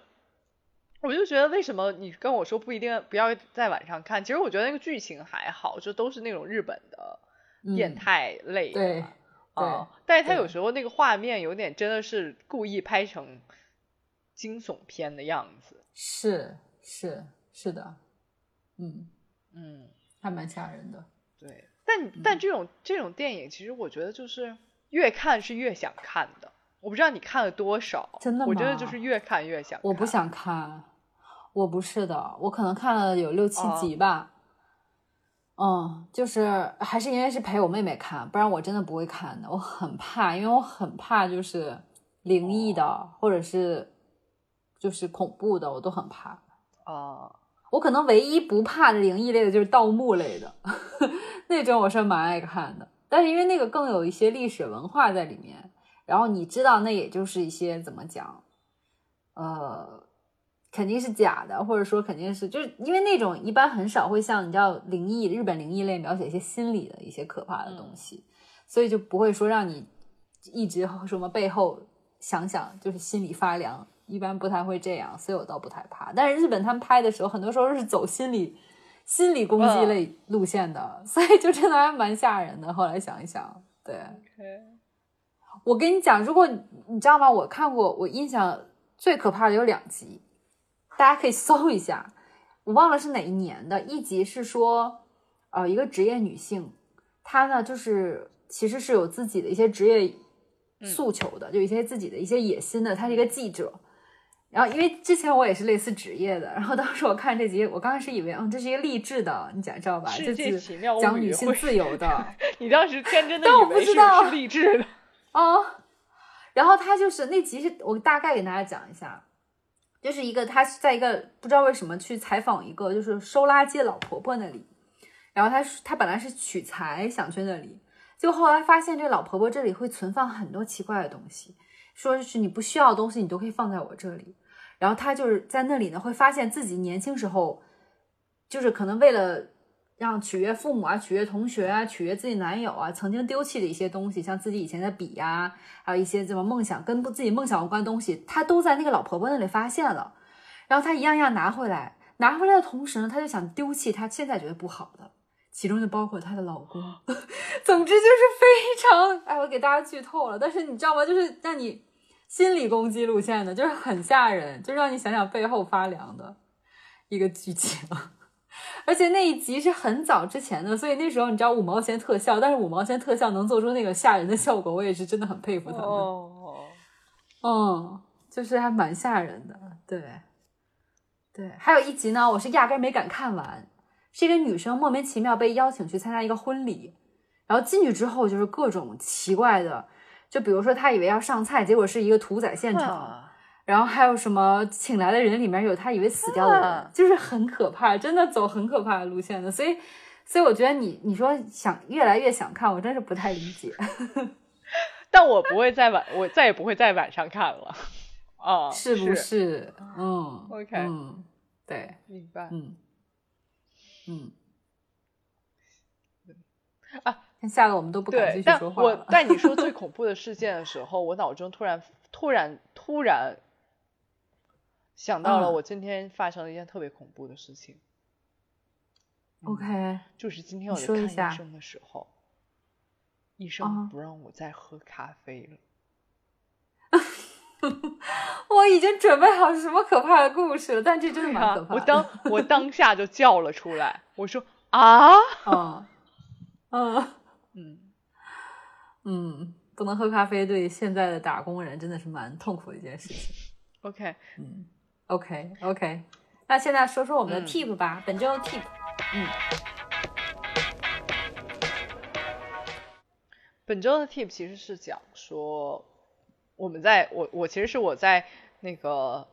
我就觉得为什么你跟我说不一定不要在晚上看？其实我觉得那个剧情还好，就都是那种日本的嗯、变态类的对嘛，啊，但是他有时候那个画面有点真的是故意拍成惊悚片的样子，是是是的，嗯，嗯，还蛮吓人的。对。嗯但但这种这种电影，其实我觉得就是越看是越想看的。我不知道你看了多少，真的我觉得就吗是越看越想看。我不想看，我不是的，我可能看了有六七哦集吧。嗯，就是还是因为是陪我妹妹看，不然我真的不会看的。我很怕，因为我很怕就是灵异的，或者是就是恐怖的，我都很怕。啊，我可能唯一不怕的灵异类的就是盗墓类的， 那种我是蛮爱看的。但是因为那个更有一些历史文化在里面，然后你知道，那也就是一些怎么讲，呃，肯定是假的，或者说肯定是就是因为那种一般很少会像你知道灵异日本灵异类描写一些心理的一些可怕的东西，所以就不会说让你一直什么背后想想就是心里发凉，一般不太会这样，所以我倒不太怕。但是日本他们拍的时候，很多时候是走心理心理攻击类路线的，所以就真的还蛮吓人的。后来想一想，对。 OK 我跟你讲，如果你你知道吗？我看过，我印象最可怕的有两集，大家可以搜一下，我忘了是哪一年的。一集是说，呃，一个职业女性，她呢就是其实是有自己的一些职业嗯诉求的，就有一些自己的一些野心的。她是一个记者，然后因为之前我也是类似职业的，然后当时我看这集，我刚开始以为，嗯，这是一个励志的，你讲知道吧？世就界是奇妙物讲语女性会自由 的。你当时天真的但我以不为知是道是励 志的，哦，然后他就是那集是我大概给大家讲一下，就是一个他是在一个不知道为什么去采访一个就是收垃圾的老婆婆那里，然后他是他本来是取材想去那里，结果后来发现这老婆婆这里会存放很多奇怪的东西，说是你不需要的东西你都可以放在我这里，然后他就是在那里呢会发现自己年轻时候就是可能为了。让取悦父母啊，取悦同学啊，取悦自己男友啊，曾经丢弃的一些东西，像自己以前的笔呀、还有一些什么梦想跟不自己梦想有关的东西，她都在那个老婆婆那里发现了，然后她一样样拿回来，拿回来的同时呢，她就想丢弃她现在觉得不好的，其中就包括她的老公。 总之就是非常，哎，我给大家剧透了，但是你知道吗？就是让你心理攻击路线的，就是很吓人，就让你想想背后发凉的。一个剧情。 而且那一集是很早之前的，所以那时候你知道五毛钱特效，但是五毛钱特效能做出那个吓人的效果，我也是真的很佩服他们。哦，嗯，就是还蛮吓人的，对，对，还有一集呢，我是压根儿没敢看完，是一个女生莫名其妙被邀请去参加一个婚礼，然后进去之后就是各种奇怪的，就比如说她以为要上菜，结果是一个屠宰 现场，啊然后还有什么请来的人里面有他以为死掉的人，啊就是很可怕，真的走很可怕的路线的。所以，所以我觉得你你说想越来越想看，我真是不太理解。 但我不会再晚，我再也不会在晚上看了。啊，是不是？是？嗯 OK 嗯，对，明白嗯嗯啊，看吓得我们都不敢继对，续但说话我了。嗯在你说最恐怖的事件的时候，我脑中突然突然突然想到了嗯我今天发生了一件特别恐怖的事情，嗯 OK，就是今天我你在说一看下医生的时候，医生啊不让我再喝咖啡了。我已经准备好是什么可怕的故事了，但这真的对蛮可啊，怕我的。 当我当下就叫了出来，我说啊，嗯嗯嗯，嗯，不能喝咖啡对现在的打工人真的是蛮痛苦的一件事情。 OK，嗯，OK OK，那现在说说我们嗯的 tip 吧，本周 tip。本周的 tip 其实是讲说，我们在我我其实是我在那个呃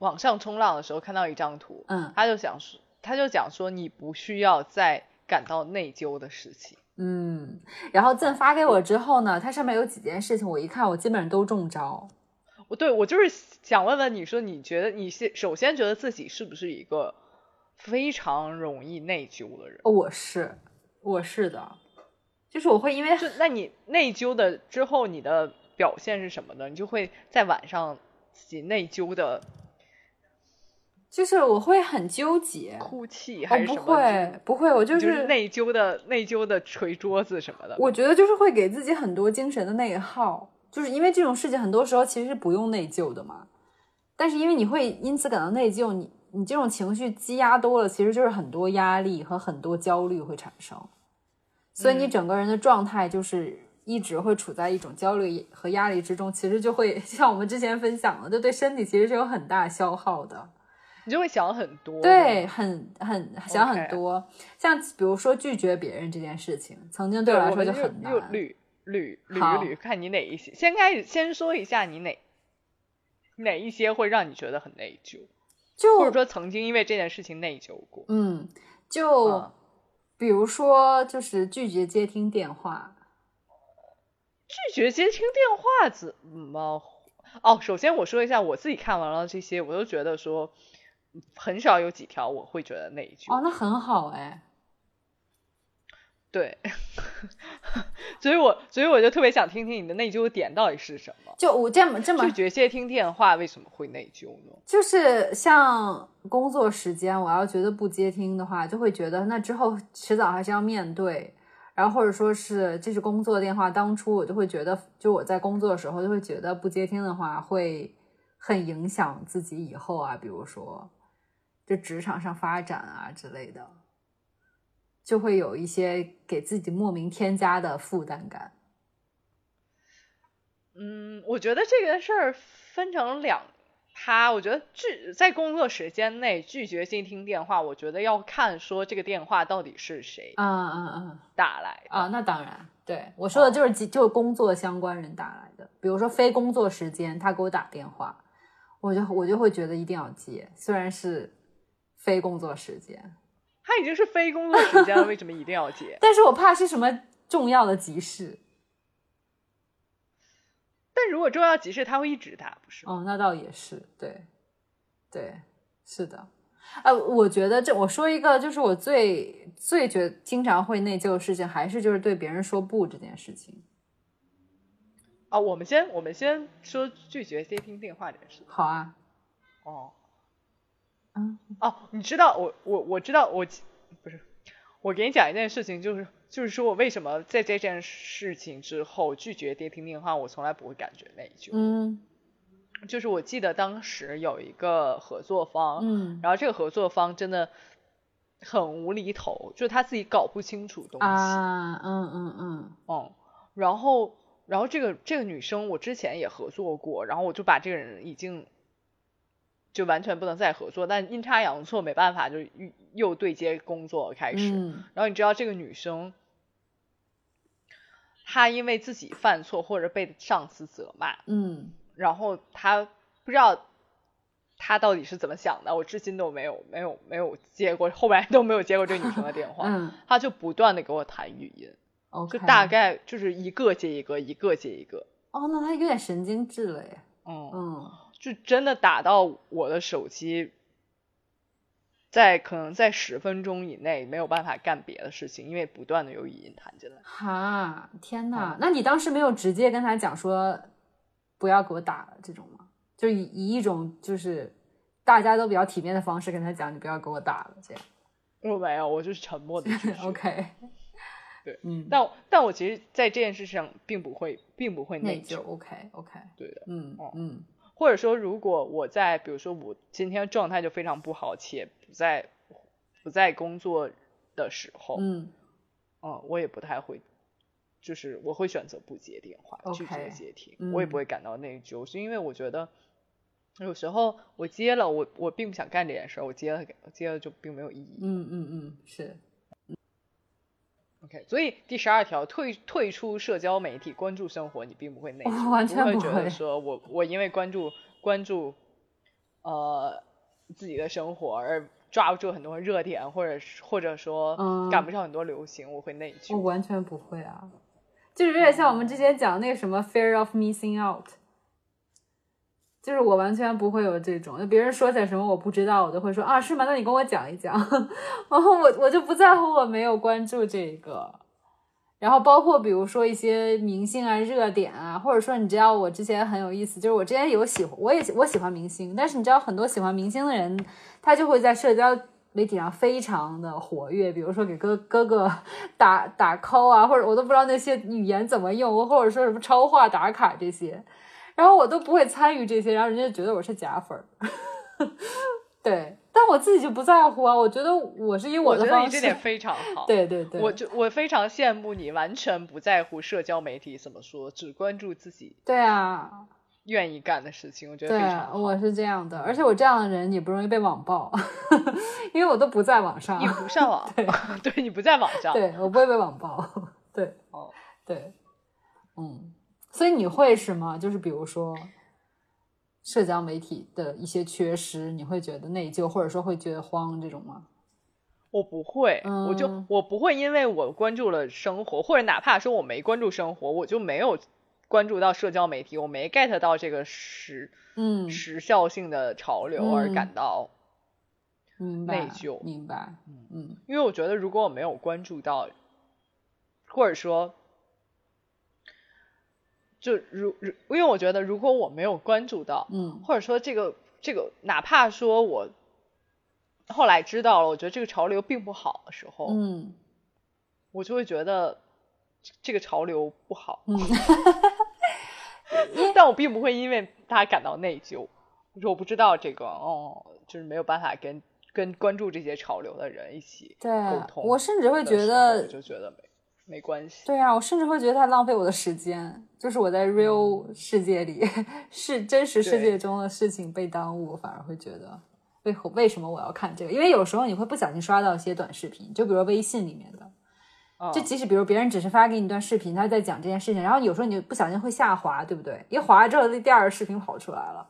网上冲浪的时候看到一张图，嗯他就想说，他就讲说你不需要再感到内疚的事情。嗯，然后赠发给我之后呢，它上面有几件事情，我一看我基本上都中招。我对我就是想问问你说，你觉得你是首先觉得自己是不是一个非常容易内疚的人？哦我是，我是的，就是我会因为就那你内疚的之后，你的表现是什么呢？你就会在晚上自己内疚的就是我会很纠结。哭泣哦还，是不什么？会不会，我就就是就是内疚的内疚的捶桌子什么的。我觉得就是会给自己很多精神的内耗，就是因为这种事情很多时候其实是不用内疚的嘛，但是因为你会因此感到内疚，你你这种情绪积压多了，其实就是很多压力和很多焦虑会产生，所以你嗯整个人的状态就是一直会处在一种焦虑和压力之中，其实就会像我们之前分享的，就对身体其实是有很大消耗的。哦你就会想很多。对，，很很想很 OK 多像比如说拒绝别人这件事情，曾经对我对来说我们就就很难。又捋捋捋好一捋，看你哪一些。先开始先说一下你哪哪一些会让你觉得很内疚，就或者说曾经因为这件事情内疚过。嗯，就、啊比如说，就是拒绝接听电话，拒绝接听电话怎么？哦，首先我说一下，我自己看完了这些，我都觉得说，很少有几条我会觉得内疚。哦，那很好哎，对， 所以我所以我就特别想听听你的内疚点到底是什么？就我这么这么拒，绝接听电话为什么会内疚呢？就是像工作时间，我要觉得不接听的话，就会觉得那之后迟早还是要面对，然后或者说是这是工作电话，当初我就会觉得，就我在工作的时候就会觉得不接听的话会很影响自己以后啊，比如说就职场上发展啊之类的，就会有一些给自己莫名添加的负担感。嗯，我觉得这个事儿分成两趴。我觉得拒在工作时间内拒绝接听电话，我觉得要看说这个电话到底是谁啊啊啊打来的。啊！那当然，对我说的就是几就是工作相关人打来的，比如说非工作时间他给我打电话，我就我就会觉得一定要接，虽然是非工作时间，他已经是非工作时间了，为什么一定要接？ 但是我怕是什么重要的急事。但如果重要急事，他会一直打，不是吗？哦，那倒也是，对，对，是的。呃，我觉得这我说一个，就是我最最觉经常会内疚的事情，还是就是对别人说不这件事情。啊，我们先我们先说拒绝接听电话这件事。好啊，哦，嗯，哦，你知道我我我知道我不是，我给你讲一件事情，就是就是说我为什么在这件事情之后拒绝接听电话，我从来不会感觉内疚。嗯就是我记得当时有一个合作方，嗯然后这个合作方真的很无厘头，就是他自己搞不清楚东西。啊，嗯嗯嗯，嗯，然后然后这个这个女生我之前也合作过，然后我就把这个人已经就完全不能再合作，但阴差阳错没办法，就又又对接工作开始。嗯然后你知道这个女生，她因为自己犯错或者被上司责骂，嗯然后她不知道。她到底是怎么想的？我至今都没有没有没有接过，后来都没有接过这个女生的电话。嗯她就不断的给我弹语音， ，OK，就大概就是一个接一个，一个接一个，哦，那他有点神经质了耶，嗯，嗯就真的打到我的手机，在可能在十分钟以内没有办法干别的事情，因为不断的有语音弹进来。哈，天哪！那你当时没有直接跟他讲说不要给我打了这种吗？就以以一种就是大家都比较体面的方式跟他讲，你不要给我打了这样。我哦没有，我就是沉默的 OK，对，嗯，但我但我其实，在这件事上并不会，并不会内内疚疚。 OK OK，对的，嗯哦嗯或者说，如果我在，比如说我今天状态就非常不好，且不在不在工作的时候，嗯嗯，我也不太会，就是我会选择不接电话拒绝 OK，接听，我也嗯不会感到内疚，是因为我觉得有时候我接了，我我并不想干这件事儿，我接了我接了就并没有意义。嗯嗯嗯，是 OK，所以第十二条，退退出社交媒体，关注生活，你并不会内我 疚，完全会不觉得会说我我因为关注关注呃自己的生活而抓不住很多热点，或者是或者说赶嗯不上很多流行，我会内疚。我完全不会啊，就是有点像我们之前讲那个什么 fear of missing out。就是我完全不会有这种，就别人说起来什么我不知道，我就会说啊是吗？那你跟我讲一讲， 然后我我就不在乎我没有关注这一个，然后包括比如说一些明星啊、热点啊，或者说你知道我之前很有意思，就是我之前有喜欢，我也喜我喜欢明星，但是你知道很多喜欢明星的人，他就会在社交媒体上非常的活跃，比如说给哥哥哥打打 call 啊，或者我都不知道那些语言怎么用，或者说什么超话打卡这些，然后我都不会参与这些，然后人家就觉得我是假粉儿。 对，但我自己就不在乎啊，我觉得我是以我的觉得方你式这。点非常 好。对对对，我就我非常羡慕你，完全不在乎社交媒体怎么说，只关注自己对啊，愿意干的事情，我觉得对非常，好。我是这样的，而且我这样的人也不容易被网暴， 因为我都不在网上你，不 上网， 对你不在网上，对我不会被网暴，对哦，对，嗯，所以你会是吗？就是比如说社交媒体的一些缺失，你会觉得内疚，或者说会觉得慌这种吗？我不会，我就嗯我不会，因为我关注了生活，或者哪怕说我没关注生活，我就没有关注到社交媒体，我没 get 到这个时嗯，时效性的潮流而嗯感到，明白，内疚明白，嗯嗯因为我觉得如果我没有关注到，或者说，就如如，因为我觉得如果我没有关注到，嗯或者说这个这个，哪怕说我后来知道了，我觉得这个潮流并不好的时候，嗯我就会觉得这这个潮流不好，嗯， 但我并不会因为它感到内疚。我说我不知道这个，哦，就是没有办法跟跟关注这些潮流的人一起对沟通嗯我甚至会的觉时候得我就觉得没没关系。对啊，我甚至会觉得它浪费我的时间，就是我在 real 世界里， 是真实世界嗯对中的事情被耽误，我反而会觉得为何为什么我要看这个？因为有时候你会不小心刷到一些短视频，就比如微信里面的，嗯就即使比如别人只是发给你一段视频，他在讲这件事情，然后有时候你就不小心会下滑，对不对？一滑之后，那第二个视频跑出来了，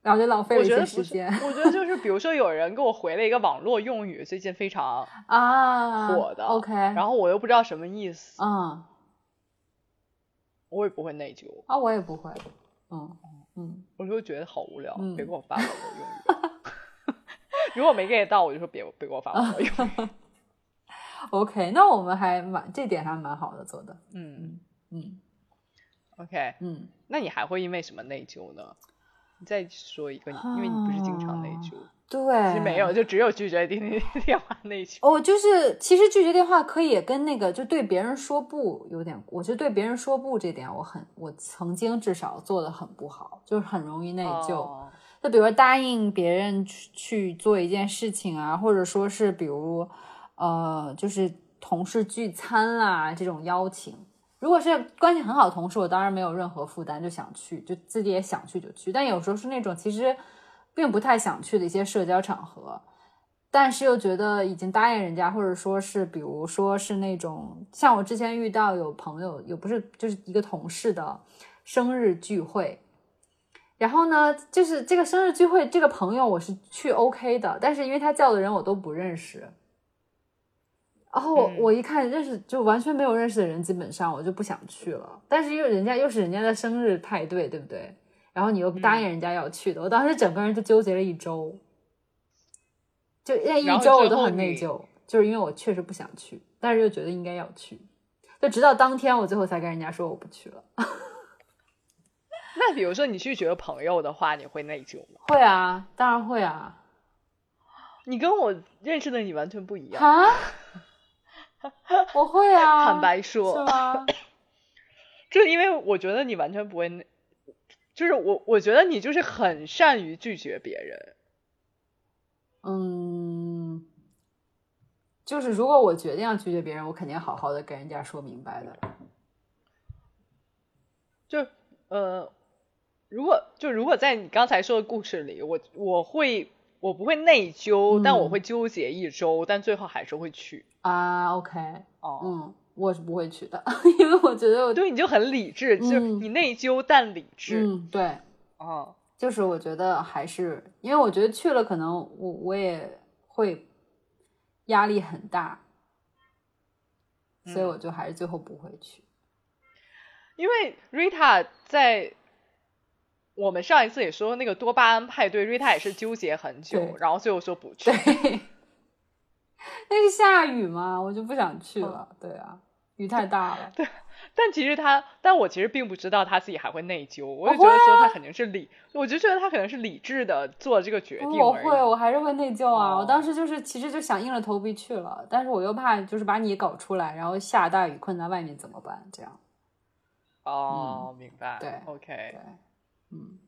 然后就浪费了我一觉些得时不是间， 我觉得就是比如说有人给我回了一个网络用语，最近非 常，啊。火的 OK，然后我又不知道什么意思，嗯我也不会内疚，啊，我也不会，嗯嗯我就觉得好无聊，嗯别给我发网络用语。 如果没 get 到，我就说别别给我发嗯网络用语。 ，OK，那我们还蛮这点还蛮好的做的。嗯嗯，OK，嗯，那你还会因为什么内疚呢？你再说一个，因为你不是经常内哦疚，对，其实没有，就只有拒绝钉钉电话内疚。哦，就是其实拒绝电话可以也跟那个就对别人说不有点，我觉得对别人说不这点我很，我曾经至少做的很不好，就是很容易内疚。哦就比如说答应别人去去做一件事情啊，或者说是比如呃，就是同事聚餐啦、这种邀请。如果是关系很好的同事，我当然没有任何负担，就想去，就自己也想去就去。但有时候是那种其实并不太想去的一些社交场合，但是又觉得已经答应人家，或者说是比如说是那种像我之前遇到有朋友，有不是就是一个同事的生日聚会，然后呢，就是这个生日聚会，这个朋友我是去 OK 的，但是因为他叫的人我都不认识，然后我嗯我一看认识就完全没有认识的人，基本上我就不想去了。但是又人家又是人家的生日派对，对不对？然后你又答应嗯人家要去的，我当时整个人就纠结了一周，就那然一后周我最都后很内你疚，就是因为我确实不想去，但是又觉得应该要去，就直到当天我最后才跟人家说我不去了。 那比如说你拒绝朋友的话，你会内疚吗？会啊，当然会啊。你跟我认识的你完全不一样。啊？我会啊， 坦白是说， 吗？就因为我觉得你完全不会内，就是我我觉得你就是很善于拒绝别人。嗯，就是如果我决定要拒绝别人，我肯定好好的跟人家说明白的。就呃，如果就如果在你刚才说的故事里，我我会我不会内疚，但我嗯会纠结一周，但最后还是会去。啊，OK，哦，嗯，我是不会去的， 因为我觉得我，对，你就很理智，就是嗯你内疚但理智。嗯，对，哦，就是我觉得还是，因为我觉得去了，可能我我也会压力很大，所以嗯我就还是最后不会去。因为 Rita 在我们上一次也说那个多巴胺派对，Rita 也是纠结很久对，然后最后说不去 对。，那是下雨嘛，我就不想去了。对啊，雨太大了。哦但其实他，但我其实并不知道他自己还会内疚，我我就觉得会说他肯定是理，我就觉得他可能是理智的做这个决定我而已。哦会，我还是会内疚啊。哦我当时就是其实就想硬着头皮去了，但是我又怕就是把你搞出来，然后下大雨困在外面怎么办？这样，哦，明白。嗯对，OK，嗯。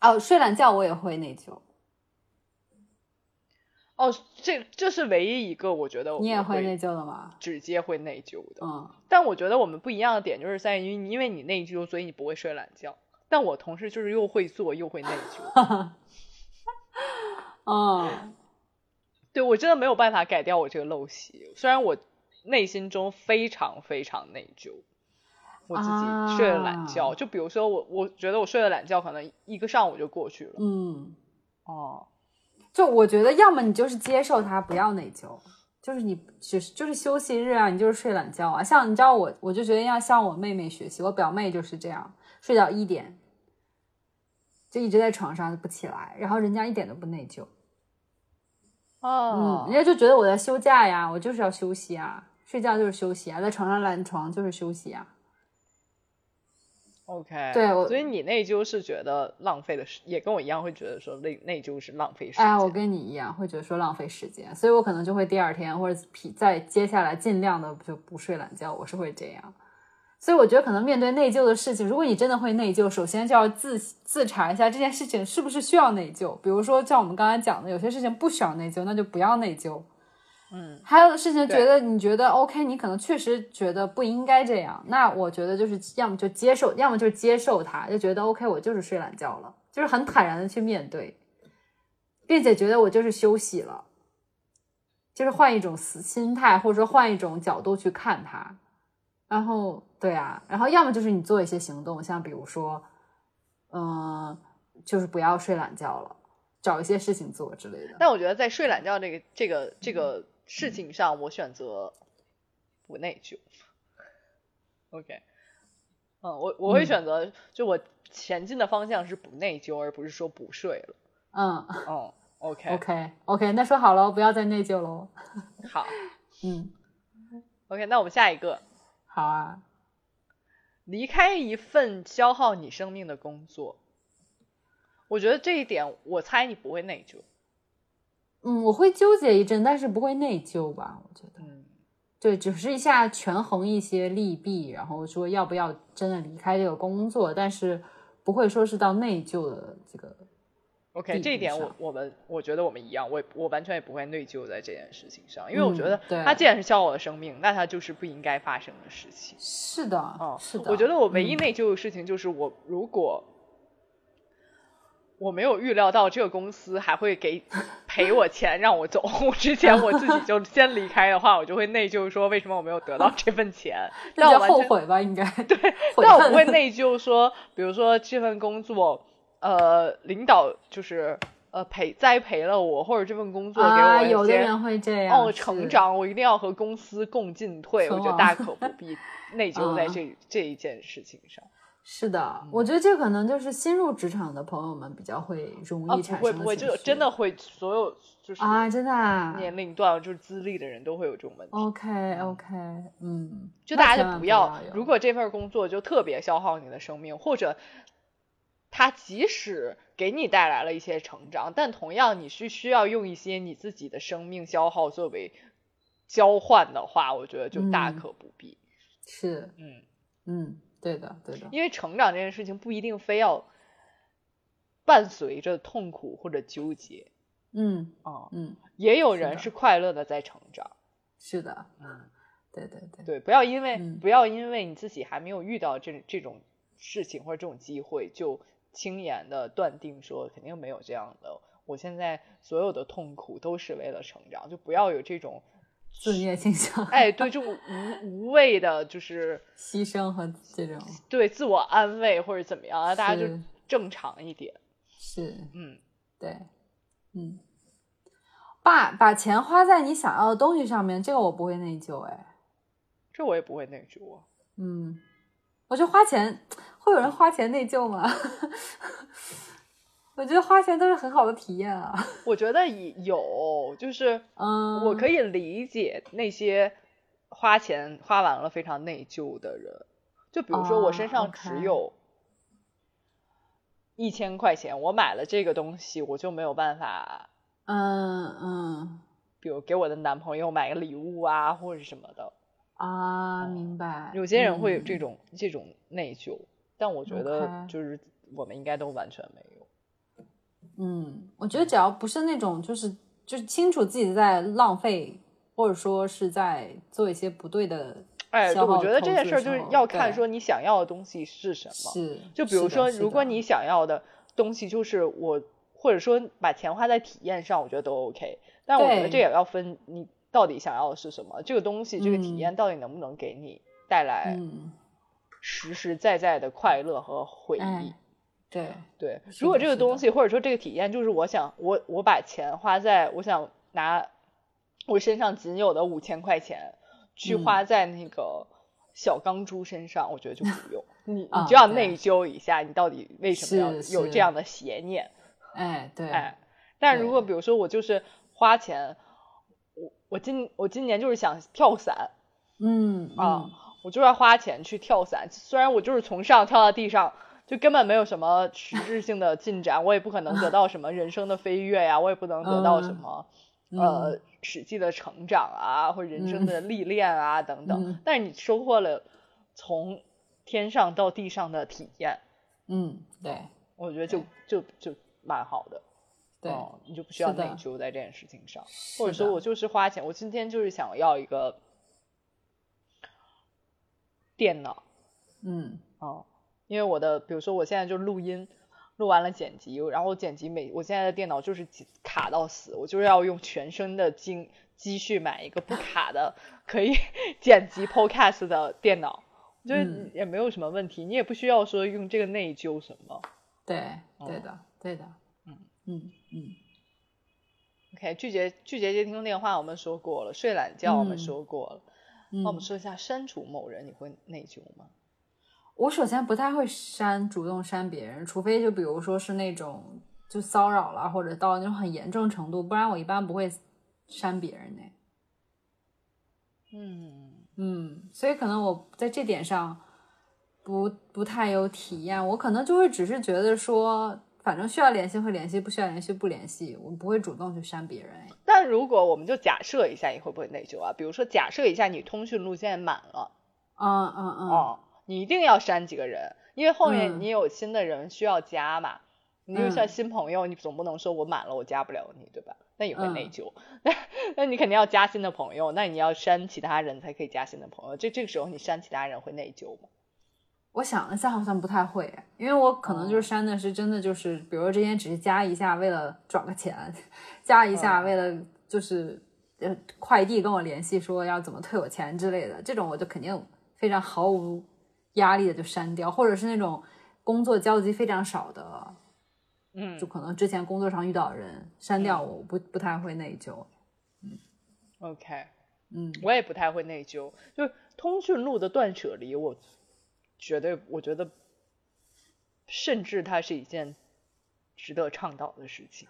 哦，睡懒觉我也会内疚，哦，这这是唯一一个我觉得我你也会内疚的吗？直接会内疚的。嗯，但我觉得我们不一样的点就是在于，因为你内疚，所以你不会睡懒觉。但我同事就是又会做又会内疚，嗯，对我真的没有办法改掉我这个陋习。虽然我内心中非常非常内疚，我自己睡了懒觉，啊就比如说我，我觉得我睡了懒觉，可能一个上午就过去了。嗯，哦，就我觉得，要么你就是接受它，不要内疚，就是你只是就是休息日啊，你就是睡懒觉啊。像你知道我，我就决定要向我妹妹学习，我表妹就是这样，睡到一点就一直在床上不起来，然后人家一点都不内疚，哦啊嗯，人家就觉得我在休假呀，我就是要休息啊，睡觉就是休息啊，在床上懒床就是休息啊。 ，OK，对我所以你内疚是觉得浪费的时，也跟我一样会觉得说内内疚是浪费时间。哎，我跟你一样，会觉得说浪费时间，所以我可能就会第二天或者皮在接下来尽量的就不睡懒觉，我是会这样。所以我觉得可能面对内疚的事情，如果你真的会内疚，首先就要自自查一下这件事情是不是需要内疚。比如说像我们刚才讲的，有些事情不需要内疚，那就不要内疚。嗯，还有的事情对觉得你觉得 OK，你可能确实觉得不应该这样，那我觉得就是要么就接受，要么就接受它，就觉得 OK，我就是睡懒觉了，就是很坦然的去面对，并且觉得我就是休息了，就是换一种思心态，或者说换一种角度去看它。然后对啊，然后要么就是你做一些行动，像比如说，嗯、就是不要睡懒觉了，找一些事情做之类的。但我觉得在睡懒觉这个这个这个事情上，我选择不内疚。OK，嗯，我我会嗯选择，就我前进的方向是不内疚，而不是说不睡了。嗯嗯，OK， ，OK OK，那说好了，不要再内疚喽。好嗯， ，OK，那我们下一个，好啊。离开一份消耗你生命的工作，我觉得这一点，我猜你不会内疚。嗯，我会纠结一阵，但是不会内疚吧？我觉得，嗯对，只是一下权衡一些利弊，然后说要不要真的离开这个工作，但是不会说是到内疚的这个。 ，OK，地这一图点我上我们我觉得我们一样，我也我完全也不会内疚在这件事情上，因为我觉得嗯对它既然是消耗我的生命，那它就是不应该发生的事情。是的，哦，是的，我觉得我唯嗯，一内疚的事情就是，我如果我没有预料到这个公司还会给赔我钱让我走，之前我自己就先离开的话，我就会内疚说为什么我没有得到这份钱比但我较完后全悔吧，应 该对，但我不会内疚说，比如说这份工作，呃，领导就是呃陪栽培了我，或者这份工作给啊，我一有的些人会这样哦，成是长，我一定要和公司共进退，我存觉得亡大可不 必内疚在啊这、这一件事情上。是的，嗯我觉得这可能就是新入职场的朋友们比较会容啊，易不产生会不会，就情绪真的会，所有就是啊，真的啊年龄段就是资历的人都会有这种问题。 ，OK OK，嗯，就那大家千就万不不要，有如果这份工作就特别消耗你的生命，或者它即使给你带来了一些成长，但同样你是需要用一些你自己的生命消耗作为交换的话，我觉得就大嗯可不必。是，嗯，嗯，对的对的，因为成长这件事情不一定非要伴随着痛苦或者纠结嗯啊、嗯，也有是人的是快乐的在成长。是的，嗯，对对对，对，不要因为、嗯不要因为你自己还没有遇到这这种事情或者这种机会，就轻言的断定说肯定没有这样的。我现在所有的痛苦都是为了成长，就不要有这种，自虐倾向、 哎，对这种无无谓的，就是牺牲和这种对自我安慰或者怎么样啊，大家就是正常一点。是，嗯，对，嗯，把把钱花在你想要的东西上面，这个我不会内疚，哎。这我也不会内疚啊。嗯，我觉得花钱会有人花钱内疚吗？ 我觉得花钱都是很好的体验啊。我觉得也有，就是嗯，我可以，以理解那些花钱花完了非常内疚的人，就比如说我身哦上，OK 只有一千块钱，我买了这个东西，我就没有办法，嗯嗯比如给我的男朋友买个礼物啊，或者什么的。啊，明白。有些人会有这嗯种、这种内疚，但我觉得 OK 就是我们应该都完全没有。嗯，我觉得只要不是那种就是就是清楚自己在浪费，或者说是在做一些不对的，哎，对，消我耗觉得投这件资事儿就是上要看对说你想要的东西是什么。是就比如是的说，是如果的你想要的东西就是我，或者说把钱花在体验上，我觉得都 OK。但我觉得对这也要分你到底想要的是什么，这个东西，这个体验到底能不能给你带来嗯，实实在在的快乐和回忆？哎，对，对，是如果的这个是东的西或者说这个体验，就是我想我我把钱花在我想拿我身上仅有的五千块钱去嗯花在那个小钢珠身上，我觉得就 不用，你你啊就要对内疚一下，你到底为什么要是有是这样的邪念？哎对，哎，但对如果比如说我就是花钱，我我今我今年就是想跳伞嗯啊，嗯我就要花钱去跳伞，虽然我就是从上跳到地上。就根本没有什么实质性的进展，我也不可能得到什么人生的飞跃呀、我也不能得到什嗯么、嗯呃实际的成长啊，或者人生的历练啊、等等。嗯但是你收获了从天上到地上的体验，嗯，对我觉得就就就蛮好的。对，嗯，你就不需要是的内疚在这件事情上，或者是说的我就是花钱，我今天就是想要一个电脑，嗯嗯，因为我的，比如说我现在就录音，录完了剪辑，然后剪辑每我现在的电脑就是几卡到死，我就是要用全身的精积蓄买一个不卡的可以 剪辑 podcast 的电脑，我觉得嗯也没有什么问题，你也不需要说用这个内疚什么。对对的对的，哦嗯嗯嗯。 OK，拒绝拒绝接听电话，我们说过了；睡懒觉，我们嗯说过了。嗯那我们说一下删除某人，你会内疚吗？我首先不太会删，主动删别人，除非就比如说是那种就骚扰了，或者到那种很严重程度，不然我一般不会删别人的。嗯，嗯，所以可能我在这点上不不太有体验，我可能就会只是觉得说反正需要联系会联系，不需要联系不联系，我不会主动去删别人。哎但如果我们就假设一下，你会不会内疚啊？比如说，假设一下你通讯录现在满了，嗯嗯嗯，哦，你一定要删几个人，因为后面嗯你有新的人需要加嘛。你就像嗯新朋友，你总不能说我满了我加不了你，对吧？那也会内嗯疚。 那那你肯定要加新的朋友，那你要删其他人才可以加新的朋友。这这个时候你删其他人会内疚吗？我想了一下，好像不太会，哎因为我可能哦就是删的是真的就是，比如说之前只是加一下，为了转个钱，加一下嗯为了就是呃快递跟我联系说要怎么退我钱之类的，这种我就肯定非常毫无压力的就删掉，或者是那种工作交集非常少的，嗯就可能之前工作上遇到的人删掉我，我不不太会内疚。 ，OK，嗯我也不太会内疚，就是通讯录的断舍离，我绝对我觉得，甚至它是一件值得倡导的事 情。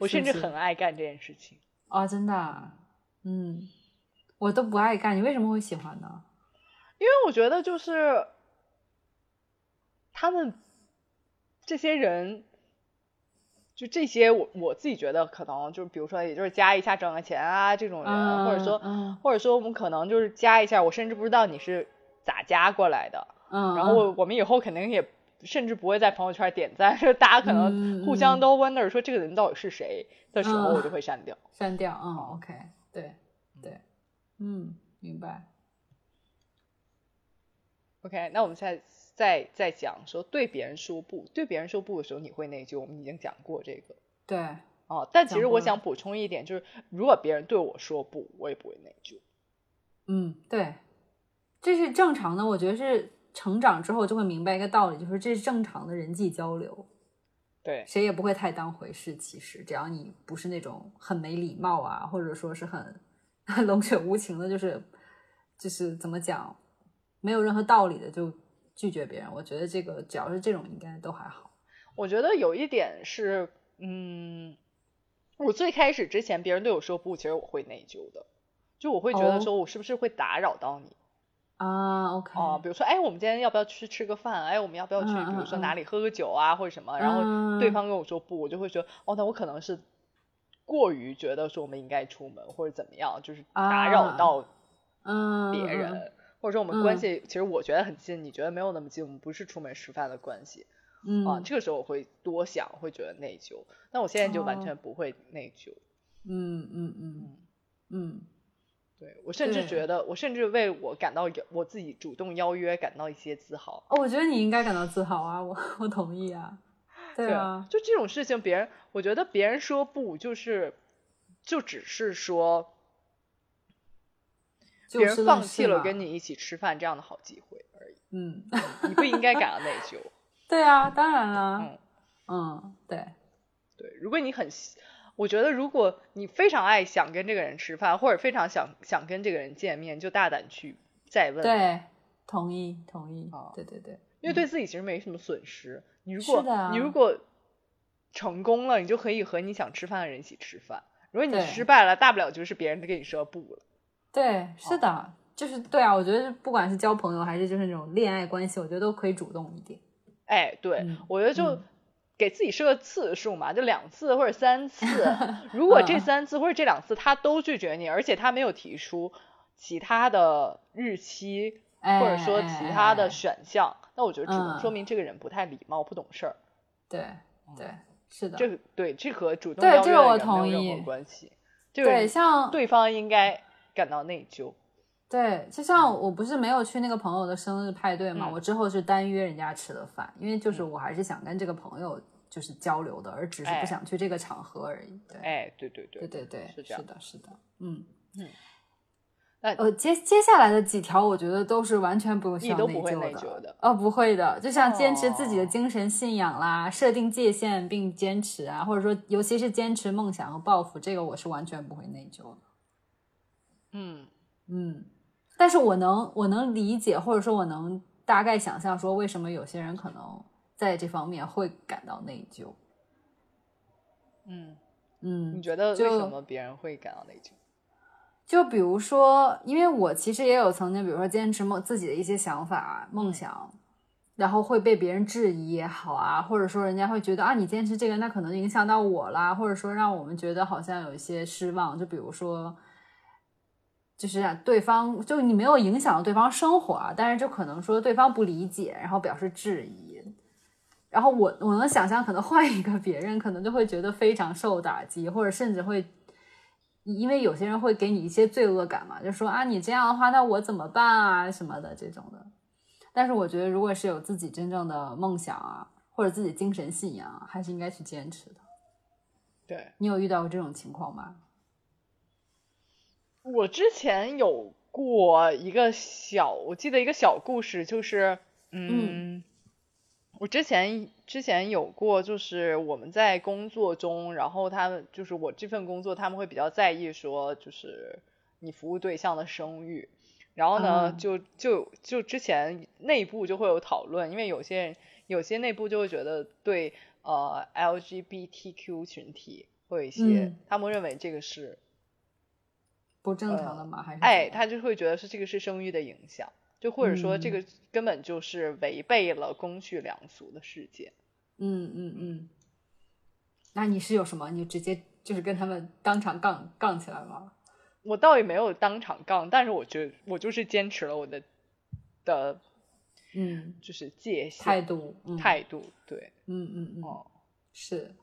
我甚至是不是很爱干这件事情。啊，真的啊，嗯，我都不爱干，你为什么会喜欢呢？因为我觉得就是他们这些人，就这些我我自己觉得可能就是，比如说也就是加一下赚个钱啊这种人，或者说、嗯或者说我们可能就是加一下，我甚至不知道你是咋加过来的，嗯，然后我我们以后肯定也。甚至不会在朋友圈点赞，就是大家可能互相嗯嗯都 wonder 说这个人到底是谁的时候，嗯我就会删掉。删掉，嗯，OK，对对，嗯，明白。 OK，那我们再再再讲说对别人说不，对别人说不的时候你会内疚，我们已经讲过这个对，哦。但其讲实过我了想补充一点，就是如果别人对我说不，我也不会内疚。嗯，对，这是正常的。我觉得是成长之后就会明白一个道理，就是这是正常的人际交流，对，谁也不会太当回事。其实，只要你不是那种很没礼貌啊，或者说是很 冷血无情的，就是就是怎么讲，没有任何道理的就拒绝别人。我觉得这个只要是这种，应该都还好。我觉得有一点是，嗯，我最开始之前别人对我说不，其实我会内疚的，就我会觉得哦说我是不是会打扰到你。啊，OK，哦，比如说，哎，我们今天要不要去吃个饭？哎，我们要不要去，嗯比如嗯说嗯哪里喝个酒啊，或者什么？然后对嗯方跟我说不，我就会觉得，哦，那我可能是过于觉得说我们应该出门或者怎么样，就是打扰啊到嗯，别嗯人，嗯或者说我们关嗯系、其实我觉得很近，你觉得没有那么近，我们不是出门吃饭的关系嗯啊。这个时候我会多想，会觉得内疚。那我现在就完哦全不会内疚。嗯嗯嗯嗯，对我甚至对觉得，我甚至为我感到有我自己主动邀约感到一些自豪。哦，我觉得你应该感到自豪啊，我我同意啊，对啊，就这种事情，别人我觉得别人说不就是，就只是说就别人事放论弃事了嘛跟你一起吃饭这样的好机会而已，嗯， 你不应该感到内疚。对啊，当然啊，嗯，嗯，对，对，如果你很喜，我觉得如果你非常爱想跟这个人吃饭，或者非常想想跟这个人见面，就大胆去再问，，对，同意同意哦，对对对，因为对自己其实没什么损失。你如是果、的你如啊果成功了，你就可以和你想吃饭的人一起吃饭。如果你对失败了，大不了就是别人跟你说不了。对，哦是的，就是对啊，我觉得不管是交朋友还是就是那种恋爱关系，我觉得都可以主动一点，哎，对，嗯我觉得就嗯给自己设个次数嘛，就两次或者三 次。如果这嗯三次或者这两次他都拒绝你，而且他没有提出其他的日期哎，或者说哎其他的哎选项，那我觉得只能嗯说明这个人不太礼貌、不懂事儿。对嗯对是的，这个对，这和主动对邀约这的个我人没有同任何意关系。这个对人像对方应该感到内疚。对，就像我不是没有去那个朋友的生日派对嘛，嗯我之后是单约人家吃的饭，因为就是我还是想跟这个朋友就是交流的，而只是哎不想去这个场合而已。对，哎，对对对对对对，是这样的，是的，嗯嗯。那呃，接接下来的几条，我觉得都是完全不用需你要都不会内内疚的呃，不会的，就像坚持自己的哦精神信仰啦，设定界限并坚持啊，或者说尤其是坚持梦想和抱负，这个我是完全不会内疚的。嗯嗯，但是我能我能理解，或者说我能大概想象说，为什么有些人可能在这方面会感到内疚。嗯，你嗯，觉得为就什么别人会感到内疚？就比如啊说，因为我其实也有曾经，比如说坚持梦自己的一些想法、梦想，然后会被别人质疑也好啊，或者说人家会觉得啊，你坚持这个，那可能影响到我啦，或者说让我们觉得好像有一些失望。就比如说，就是啊对方就你没有影响到对方生活啊，但是就可能说对方不理解，然后表示质疑。然后我我能想象，可能换一个别人，可能就会觉得非常受打击，或者甚至会，因为有些人会给你一些罪恶感嘛，就说啊，你这样的话，那我怎么办啊什么的这种的。但是我觉得，如果是有自己真正的梦想啊，或者自己精神信仰啊，还是应该去坚持的。对你有遇到过这种情况吗？我之前有过一个小，我记得一个小故事，就是嗯，我之前之前有过，就是我们在工作中，然后他们就是我这份工作，他们会比较在意说，就是你服务对象的声誉。然后呢，嗯就就就之前内部就会有讨论，因为有些人有些内部就会觉得对呃 LGBTQ 群体会有一些，嗯他们认为这个是不正常的吗？还是哎，怎么样他就会觉得是这个是声誉的影响，就或者说嗯这个根本就是违背了公序良俗的世界。嗯嗯嗯。那你是有什么？你直接就是跟他们当场杠杠起来吗？我倒也没有当场杠，但是我觉我就是坚持了我的的，嗯，就是界限态度，嗯，态度对，嗯嗯嗯，哦是。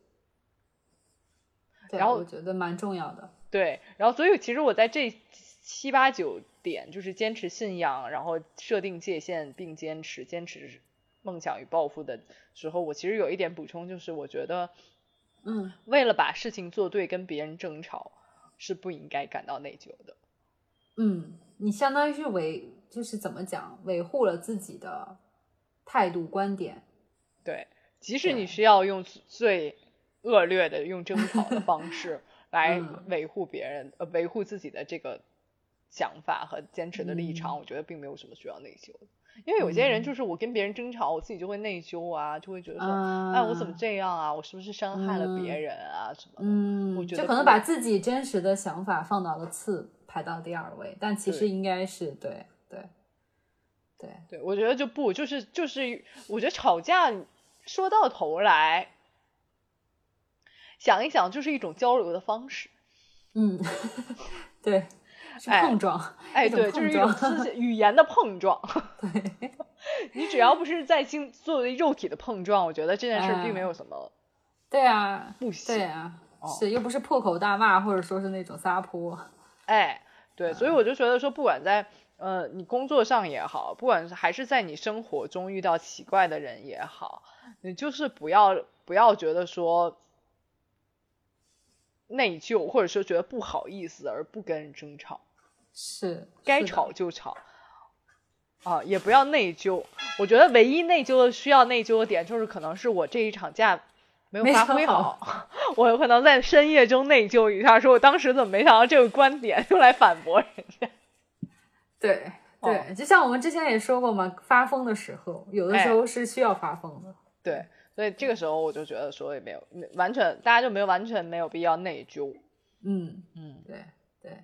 对然后我觉得蛮重要的。对，然后所以其实我在这七八九点就是坚持信仰，然后设定界限，并坚持坚持梦想与抱负的时候，我其实有一点补充，就是我觉得嗯，为了把事情做对，跟别人争吵是不应该感到内疚的。嗯，你相当于是维，就是怎么讲，维护了自己的态度观点。对，即使对你是要用最恶劣的、用争吵的 方式来嗯维护别人、呃维护自己的这个想法和坚持的立嗯场，我觉得并没有什么需要内疚的。因为有些人就是我跟别人争吵，我自己就会内疚啊，就会觉得说，啊，哎，我怎么这样啊？我是不是伤害了别嗯人啊？什么的？我嗯，觉就得可能不把自己真实的想法放到了次，排到第二位，但其实对应该是对对对，对，我觉得就不，就是就是，我觉得吵架说到头来，想一想，就是一种交流的方式。嗯，对，是哎碰撞， 哎，一种对，就碰是一种撞思想语言的 碰撞。你只要不是在经作为肉体的碰撞，我觉得这件事并没有什么对啊，不嗯对行。啊，哦是又不是破口大骂，或者说是那种撒泼，哎，对，嗯所以我就觉得说，不管在呃你工作上也好，不管是还是在你生活中遇到奇怪的人也好，你就是不要不要觉得说内疚，或者说觉得不好意思而不跟人争吵。是该是的吵就吵，啊，也不要内疚。我觉得唯一内疚的需要内疚的点，就是可能是我这一场架没有没发想挥好， 我有可能在深夜中内疚一下，说我当时怎么没想到这个观点，用来反驳人。对哦对，就像我们之前也说过嘛，发疯的时候，有的哎时候是需要发疯的。对，所以这个时候我就觉得说也没有没完全，大家就没有完全没有必要内疚。嗯，嗯，对对，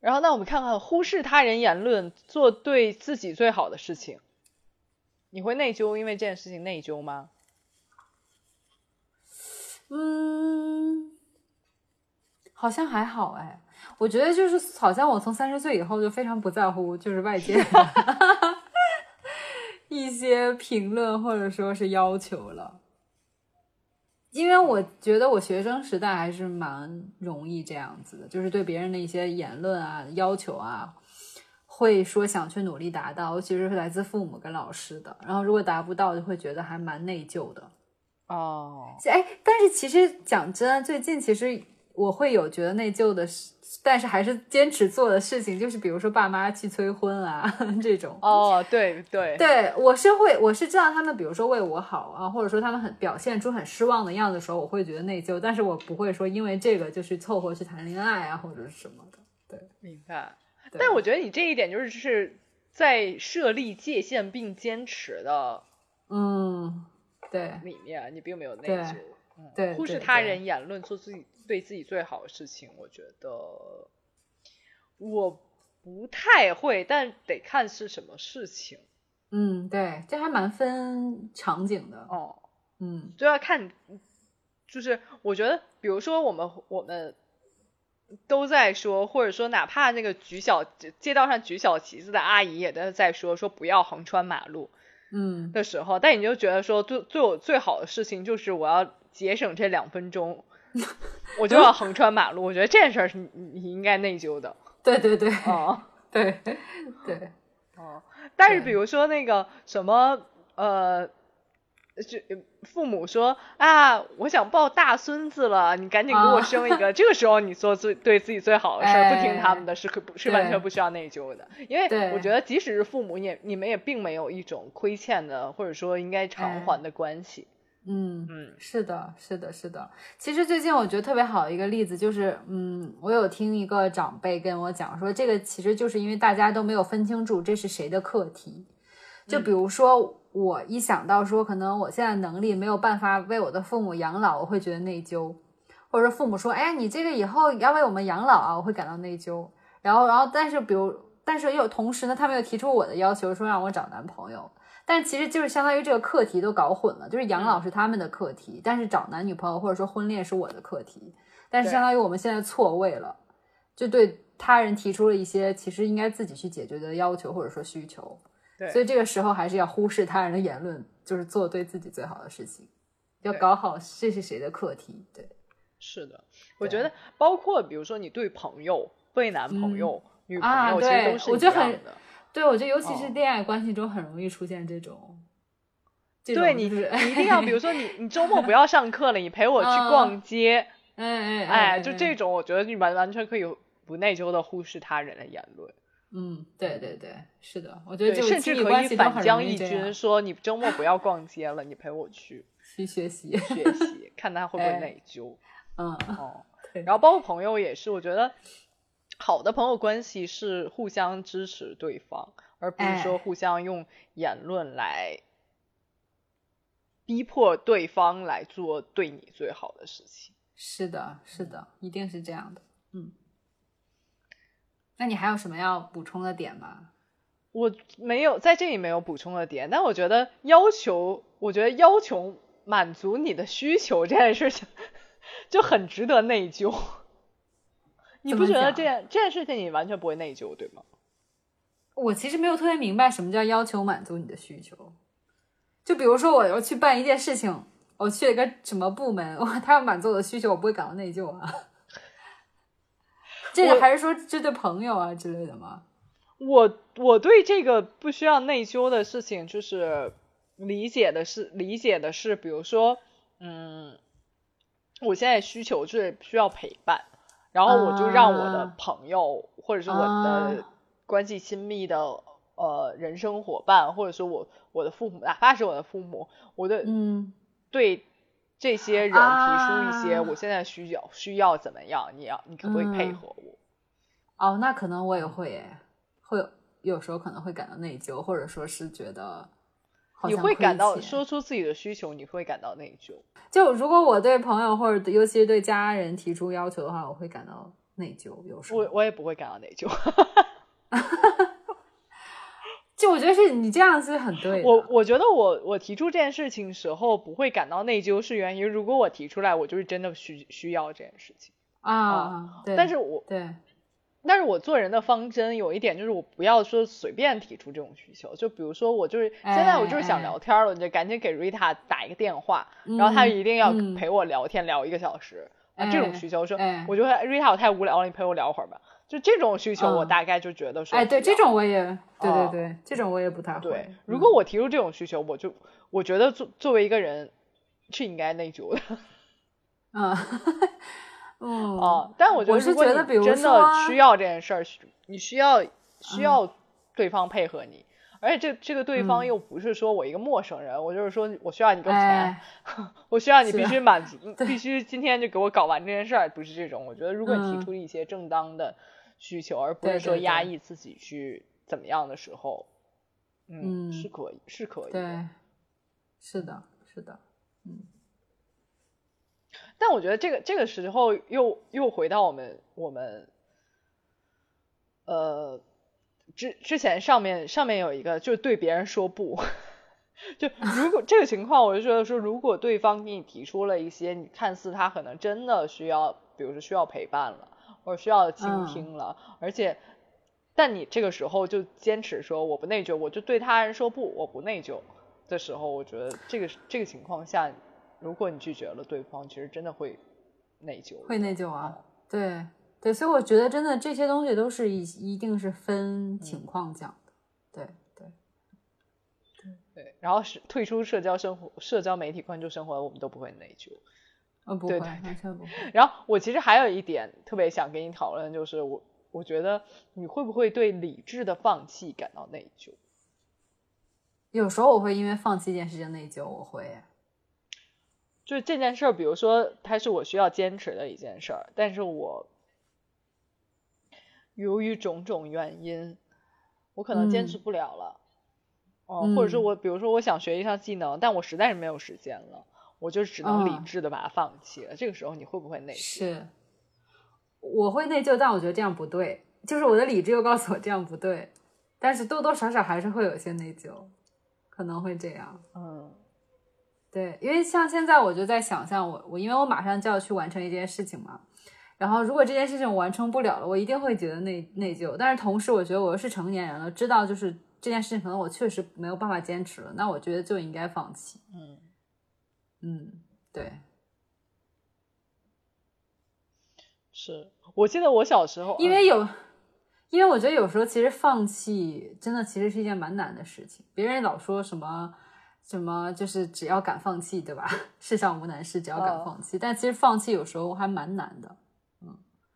然后那我们看看忽视他人言论，做对自己最好的事情，你会内疚，因为这件事情内疚吗？嗯，好像还好哎。我觉得就是好像我从三十岁以后就非常不在乎，就是外界 一些评论或者说是要求了。因为我觉得我学生时代还是蛮容易这样子的，就是对别人的一些言论啊、要求啊，会说想去努力达到，尤其是来自父母跟老师的。然后如果达不到，就会觉得还蛮内疚的。哦，哎，但是其实讲真，最近其实我会有觉得内疚的事，但是还是坚持做的事情，就是比如说爸妈去催婚啊 这种。哦，对对对，我是会，我是知道他们，比如说为我好啊，或者说他们很表现出很失望的样子的时候，我会觉得内疚，但是我不会说因为这个就是凑合去谈恋爱啊，或者是什么的。明白。对但我觉得你这一点就是是在设立界限并坚持的嗯，对里面，你并没有内对疚，嗯对忽视对他对人言论，做自己对自己最好的事情。我觉得我不太会，但得看是什么事情。嗯，对，这还蛮分场景的。哦，嗯就要看你，就是我觉得，比如说我们我们都在说，或者说哪怕那个举小街道上举小旗子的阿姨也在在说说不要横穿马路嗯，的时候，但你就觉得说最最我最好的事情就是我要节省这两 分钟，我就要横穿马路。我觉得这件事儿是你你你应该内疚的对对对 啊。对对，哦，但是对比如说那个什么呃，就父母说啊，我想抱大孙子了，你赶紧给我啊哎生一个。这个时候你做最对自己最好的事儿，不听他们的是可不是完对全不需要内疚的，因为我对觉得即使是父母，你也你们也并没有一种亏欠的或者说应该偿哎还的关系。嗯。嗯是的，是的，是的。其实最近我觉得特别好的一个例子就是，嗯，我有听一个长辈跟我讲说，这个其实就是因为大家都没有分清楚这是谁的课题。就比如说，我一想到说，可能我现在能力没有办法为我的父母养老，我会觉得内疚，或者说父母说，哎呀，你这个以后要为我们养老啊，我会感到内疚。然后，然后，但是比如，但是也有同时呢，他们又提出我的要求，说让我找男朋友。但其实就是相当于这个课题都搞混了，就是养老是他们的课题，但是找男女朋友或者说婚恋是我的课题，但是对相当于我们现在错位了，就对他人提出了一些其实应该自己去解决的要求或者说需求，对所以这个时候还是要忽视他人的言论，就是做对自己最好的事情，要对搞好这是谁的课题，对，是的，我对觉得包括比如说你对朋友、对男朋嗯友、女朋啊友，其实对都是我一就很样的。对我觉得尤其是哦恋爱关系中很容易出现这种，这种对就你，是你一定 要，比如说你，你周末不要上课了，你陪我去嗯逛街，哎哎哎，就这种，种，我觉得你完完全可以不内疚的忽视他人的言论，嗯，对对对，是的，我觉得对，这种甚亲至密可关以系中反很将容易一这军，样，说你周末不要逛街了，你陪我去去学习，学习，看他会不会哎内疚。嗯，哦，对然后包括朋友也是，我觉得好的朋友关系是互相支持对方，而不是说哎互相用言论来逼迫对方来做对你最好的事情。是的，是的，一定是这样的，嗯。那你还有什么要补充的点吗？我没有在这里没有补充的点，但我觉得要求，我觉得要求满足你的需求这件事情就很值得内疚。 你怎不么觉得讲这件这件事情你完全不会内疚，对吗？我其实没有特别明白什么叫要求满足你的需求。就比如说，我要去办一件事情，我去了一个什么部门，哇，他要满足我的需求，我不会感到内疚啊。这我个还是说这对朋友啊之类的吗？我我对这个不需要内疚的事情，就是理解的是理解的是，比如说，嗯，我现在需求是需要陪伴，然后我就让我的啊朋友、或者是我的啊关系亲密的呃人生伙伴，或者说我我的父母，哪怕是我的父母，我的嗯，对这些人提出一些、啊我现在需要需要怎么样，你要你可不可以配嗯合我？哦，那可能我也会耶，会有时候可能会感到内疚，或者说是觉得好你像会亏感到欠说出自己的需求，你会感到内疚。就如果我对朋友或者尤其是对家人提出要求的话，我会感到内疚。有时候我，我也不会感到内疚，就我觉得是你这样是很对的。我我觉得我我提出这件事情时候不会感到内疚，是源于如果我提出来，我就是真的需需要这件事情。啊，对，哦但是我对，但是我做人的方针有一点就是我不要说随便提出这种需求，就比如说我就是现在我就是哎想聊天了，你就赶紧给 Rita 打一个电话，然后她一定要嗯陪我聊天聊一个小时，啊这种需求说，哎我就会 Rita 我太无聊了，你陪我聊会儿吧。就这种需求，我嗯大概就觉得说，哎，对，这种我也，对哦对对，这种我也不太会。对嗯，如果我提出这种需求，我就我觉得作作为一个人是应该内疚的嗯 嗯啊。但我觉得，我是如果觉你得比如真说嗯的需要这件事儿，你需要需要对方配合你，而且这这个对方嗯又不是说我一个陌生人，我就是说我需要你给我钱，哎，我需要你是必的须满足，必须今天就给我搞完这件事儿，不是这种。我觉得，如果你提嗯出一些正当的需求，而不对是说对压对抑自己去怎么样的时候，嗯，嗯是可以，是可以的。对，是的，是的，但我觉得这个这个时候又又回到我们我们呃之之前上面上面有一个，就是对别人说不， 就如果这个情况，我就觉得说，如果对方给你提出了一些你看似他可能真的需要，比如说需要陪伴了，或者需要倾听了，而且但你这个时候就坚持说我不内疚，我就对他人说不，我不内疚的时候，我觉得这个这个情况下，如果你拒绝了对方，其实真的会内疚，会内疚哦啊，对对，所以我觉得真的这些东西都是一一定是分嗯情况讲的，对对。对，然后是退出社交生活、社交媒体、关注生活，我们都不会内疚。呃、不对会，对完全不会。然后我其实还有一点特别想跟你讨论，就是我我觉得你会不会对理智的放弃感到内疚？有时候我会因为放弃一件事情内疚，我会。就是这件事儿，比如说它是我需要坚持的一件事儿，但是我由于种种原因，我可能坚持不了了。哦、或者说嗯我，比如说我想学一项技能，但我实在是没有时间了，我就只能理嗯智的把它放弃了。这个时候你会不会内疚？是，我会内疚，但我觉得这样不对，就是我的理智又告诉我这样不对，但是多多少少还是会有些内疚，可能会这样。嗯对，因为像现在我就在想象我我，因为我马上就要去完成一件事情嘛，然后如果这件事情我完成不了了，我一定会觉得内内疚。但是同时，我觉得我又是成年人了，知道就是这件事情可能我确实没有办法坚持了，那我觉得就应该放弃。嗯。嗯，对，是我记得我小时候，因嗯为有，因为我觉得有时候其实放弃真的其实是一件蛮难的事情。别人老说什么什么，就是只要敢放弃，对吧？ 世上无难事，只要敢哦放弃。但其实放弃有时候还蛮难的。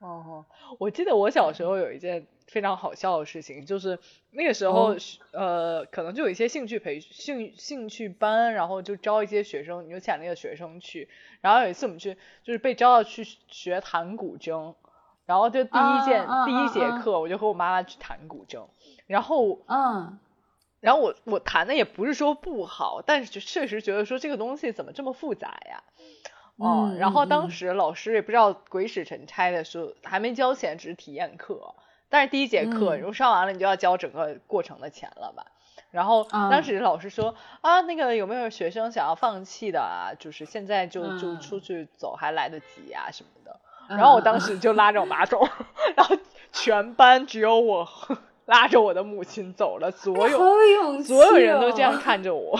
哦，我记得我小时候有一件非常好笑的事情，就是那个时候哦是、呃，可能就有一些兴趣培兴兴趣班，然后就招一些学生，你就请那个学生去。然后有一次我们去，就是被招到去学弹古筝，然后就第一啊件、啊第一啊节啊课，我就和我妈妈去弹古筝，然后嗯，然后我我弹的也不是说不好，但是就确实觉得说这个东西怎么这么复杂呀？哦，嗯然后嗯当嗯时老师也不知道鬼使神差的说还没交钱，只是体验课。但是第一节课嗯如果上完了，你就要交整个过程的钱了吧？然后啊当时老师说啊，那个有没有学生想要放弃的啊？就是现在就就嗯出去走还来得及呀、什么的。嗯然后我当嗯时就拉着我妈走， 然后全班只有我 拉着我的母亲走了，所有好有勇气、哦，所有人都这样。看着我。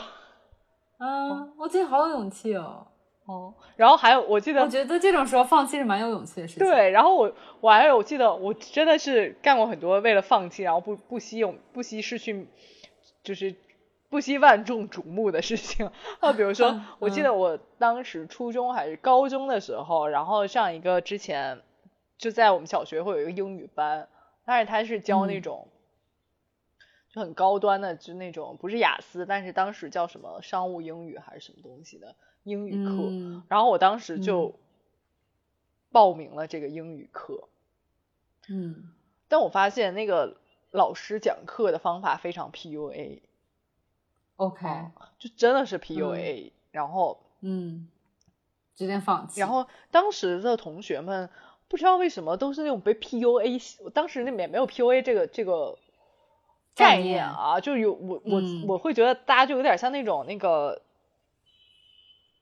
啊，我觉得好有勇气哦。哦，然后还有我记我得觉得这种时候放弃是蛮有勇气的事情。，对，然后我我还有我记得我真的是干过很多为了放弃，然后不不惜用不惜失去，就是不惜万众瞩目的事情。啊，比如说嗯，我嗯记得我当时初中还是高中的时候，然后上一个之前就在我们小学会有一个英语班，但是他是教那嗯种。就很高端的，就那种不是雅思，但是当时叫什么商务英语还是什么东西的英语课，嗯然后我当时就报名了这个英语课，嗯，但我发现那个老师讲课的方法非常 PUA， ，OK，、啊就真的是 PUA、然后，嗯，直接放弃。然后当时的同学们不知道为什么都是那种被 PUA，洗我当时那也没有 PUA 这个这个概概念念啊，就有我我、嗯我会觉得大家就有点像那种那个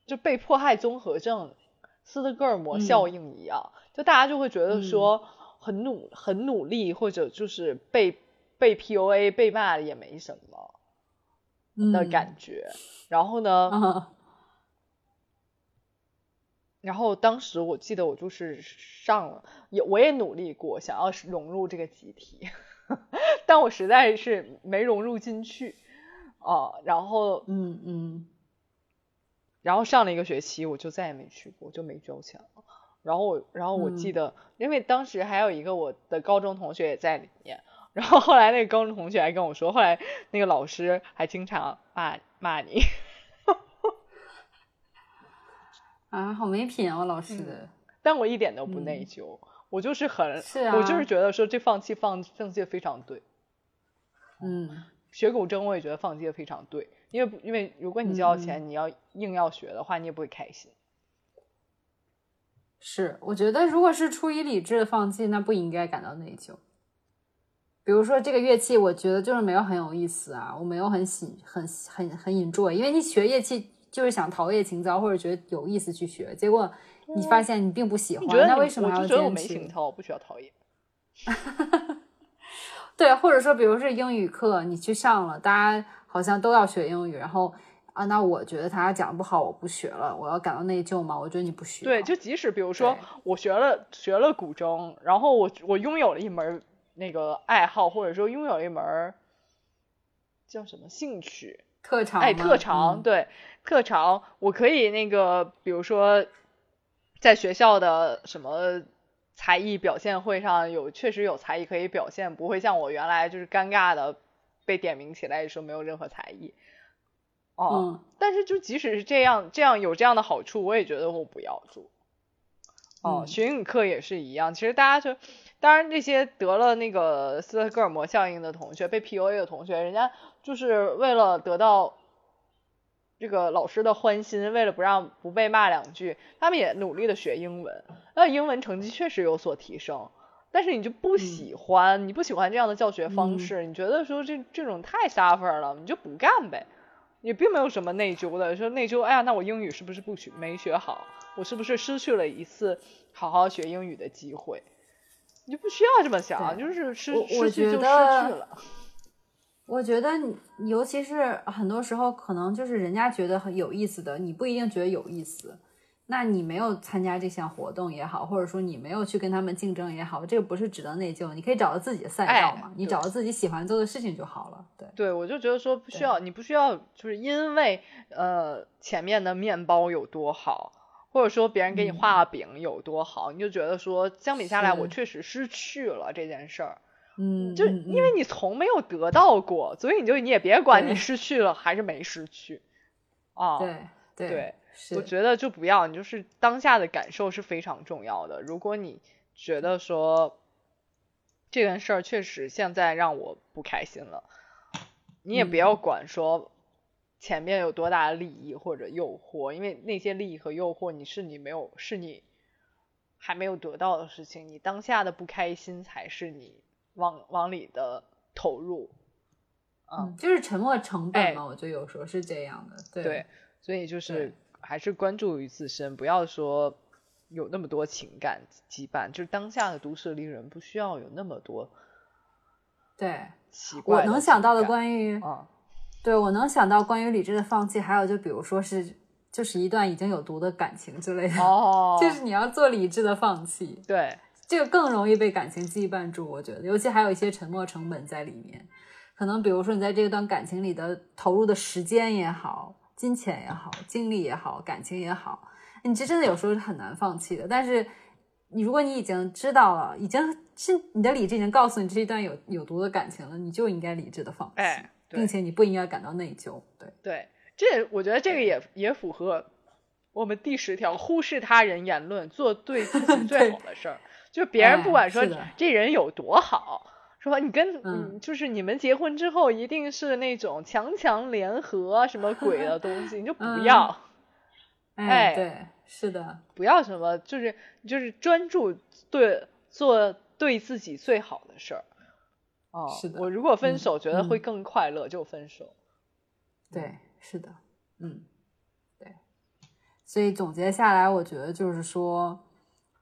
就被迫害综合症、斯德哥尔摩嗯效应一样，就大家就会觉得说很努很努力，或者就是被被 PUA 被骂也没什么的感觉。然后呢，嗯啊然后当时我记得我就是上了，也我也努力过，想要是融入这个集体， 但我实在是没融入进去啊。然后，嗯嗯，然后上了一个学期，我就再也没去过，我就没交钱了。然后我，然后我记嗯得，因为当时还有一个我的高中同学也在里面，然后后来那个高中同学还跟我说，后来那个老师还经常骂骂你。 啊，好没品哦，老师。嗯但我一点都不内疚，我就是很，嗯是我就啊是觉得说这放弃放放弃的非常对。嗯学古筝我也觉得放弃的非常对，因为不因为如果你嗯交了钱，你要硬要学的话，你也不会开心。，是，我觉得如果是出于理智的放弃，那不应该感到内疚。比如说这个乐器，我觉得就是没有很有意思啊，我没有很喜很很很 enjoy，因为你学乐器就是想陶冶情操或者觉得有意思去学，结果你发现你并不喜欢，嗯你觉得那你为什么还我要就觉得我没坚情持？操，我不需要讨厌。对，或者说，比如是英语课，你去上了，大家好像都要学英语，然后啊，那我觉得他讲得不好，我不学了，我要感到内疚吗？我觉得你不需要。对，就即使比如说对我学了学了古筝，然后我我拥有了一门儿那个爱好，或者说拥有了一门儿叫什么兴趣，特长哎，吗特长、嗯对特长，我可以那个，比如说在学校的什么才艺表现会上有，确实有才艺可以表现，不会像我原来就是尴尬的被点名起来说没有任何才艺。哦，嗯，但是就即使是这样，这样有这样的好处，我也觉得我不要做。哦，嗯学英语课也是一样。其实大家就，当然这些得了那个斯德哥尔摩效应的同学，被 PUA 的同学，人家就是为了得到这个老师的欢心，为了不让不被骂两句，他们也努力的学英文。那英文成绩确实有所提升，但是你就不喜欢，你不喜欢这样的教学嗯方式，你觉得说这这种太 suffer 了，你就不干呗。也并没有什么内疚的，说内疚，哎呀，那我英语是不是不学没学好？我是不是失去了一次好好学英语的机会？你就不需要这么想，对就是失我我失去觉就失去得了。我觉得你，尤其是很多时候，可能就是人家觉得很有意思的，你不一定觉得有意思。那你没有参加这项活动也好，或者说你没有去跟他们竞争也好，这个不是值得内疚。你可以找到自己的赛道嘛，哎你对找到自己喜欢做的事情就好了。对，对，我就觉得说不需要，你不需要，就是因为呃前面的面包有多好，或者说别人给你画饼有多好，你就觉得说相比下来，我嗯是确实失去了这件事儿。嗯，就嗯因为你从没有得到过，所以你就你也别管你对失去了还是没失去。啊，嗯对对对，是，我觉得就不要，你就是当下的感受是非常重要的。如果你觉得说这件事儿确实现在让我不开心了，你也不要管说前面有多大的利益或者诱惑，因为那些利益和诱惑，你是你没有，是你还没有得到的事情，你当下的不开心才是你往往里的投入。嗯，就是沉没成本嘛，哎我觉得有时候是这样的。对，对，所以就是还是关注于自身，不要说有那么多情感羁绊。就是当下的都市丽人不需要有那么多对奇怪我的能想到的情感关于啊，对我能想到关于理智的放弃，还有就比如说是就是一段已经有毒的感情之类的，哦， 就是你嗯要做理智的放弃，对，这个更容易被感情羁绊住。我觉得，尤其还有一些沉没成本在里面，可能比如说你在这段感情里的投入的时间也好、金钱也好、精力也好、感情也好，你这真的有时候是很难放弃的。但是你如果你已经知道了，已经是你的理智已经告诉你这是一段有有毒的感情了，你就应该理智的放弃。哎，对并且你不应该感到内疚。对，对，这我觉得这个也也符合我们第十条，忽视他人言论，做对自己最对好的事儿。就别人哎不管说是的这人有多好，说你跟嗯嗯，就是你们结婚之后一定是那种强强联合什么鬼的东西，你就不嗯要。哎哎，对，是的，不要什么，就是就是专注对做对自己最好的事儿。哦，是的我如果分嗯手，觉得会嗯更快乐，就分手。对，是的，嗯，对。所以总结下来，我觉得就是说，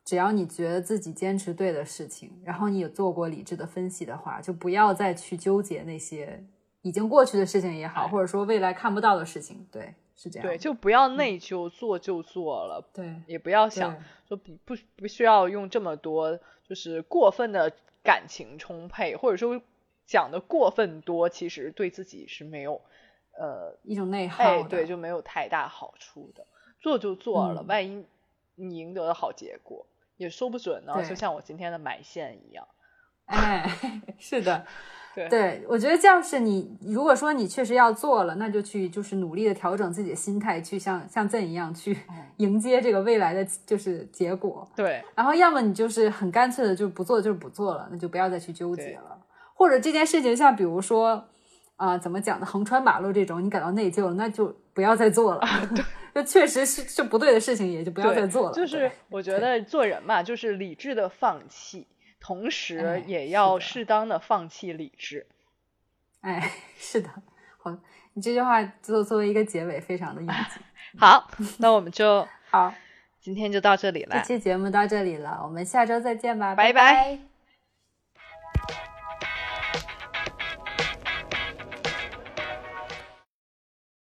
只要你觉得自己坚持对的事情，然后你也做过理智的分析的话，就不要再去纠结那些已经过去的事情也好，哎或者说未来看不到的事情。对，是这样的。对，就不要嗯内疚，做就做了，对，也不要对想，说不不不需要用这么多，就是过分的感情充沛，或者说讲的过分多，其实对自己是没有，呃，一种内耗哎，的对，就没有太大好处的。做就做了，嗯万一你赢得了好结果，也说不准呢。对就像我今天的埋线一样， 哎，是的， 对对，我觉得这样是你，如果说你确实要做了，那就去就是努力的调整自己的心态，去像像朕一样去嗯 迎接这个未来的就是结果。对然后要么你就是很干脆的，就是不做就是不做了，那就不要再去纠对结了。或者这件事情，像比如说啊、怎么讲呢，横穿马路这种，你感到内疚了，那就不要再做了。就确实是是不对的事情，也就不要啊对再做了。就是对我觉得做人嘛，就是理智的放弃，同哎时是也要的适当的放弃理智。哎，是的，好，你这句话作作为一个结尾，非常的应景。好，那我们就好，今天就到这里这了。期节目到这里了，我们下周再见吧，拜拜拜拜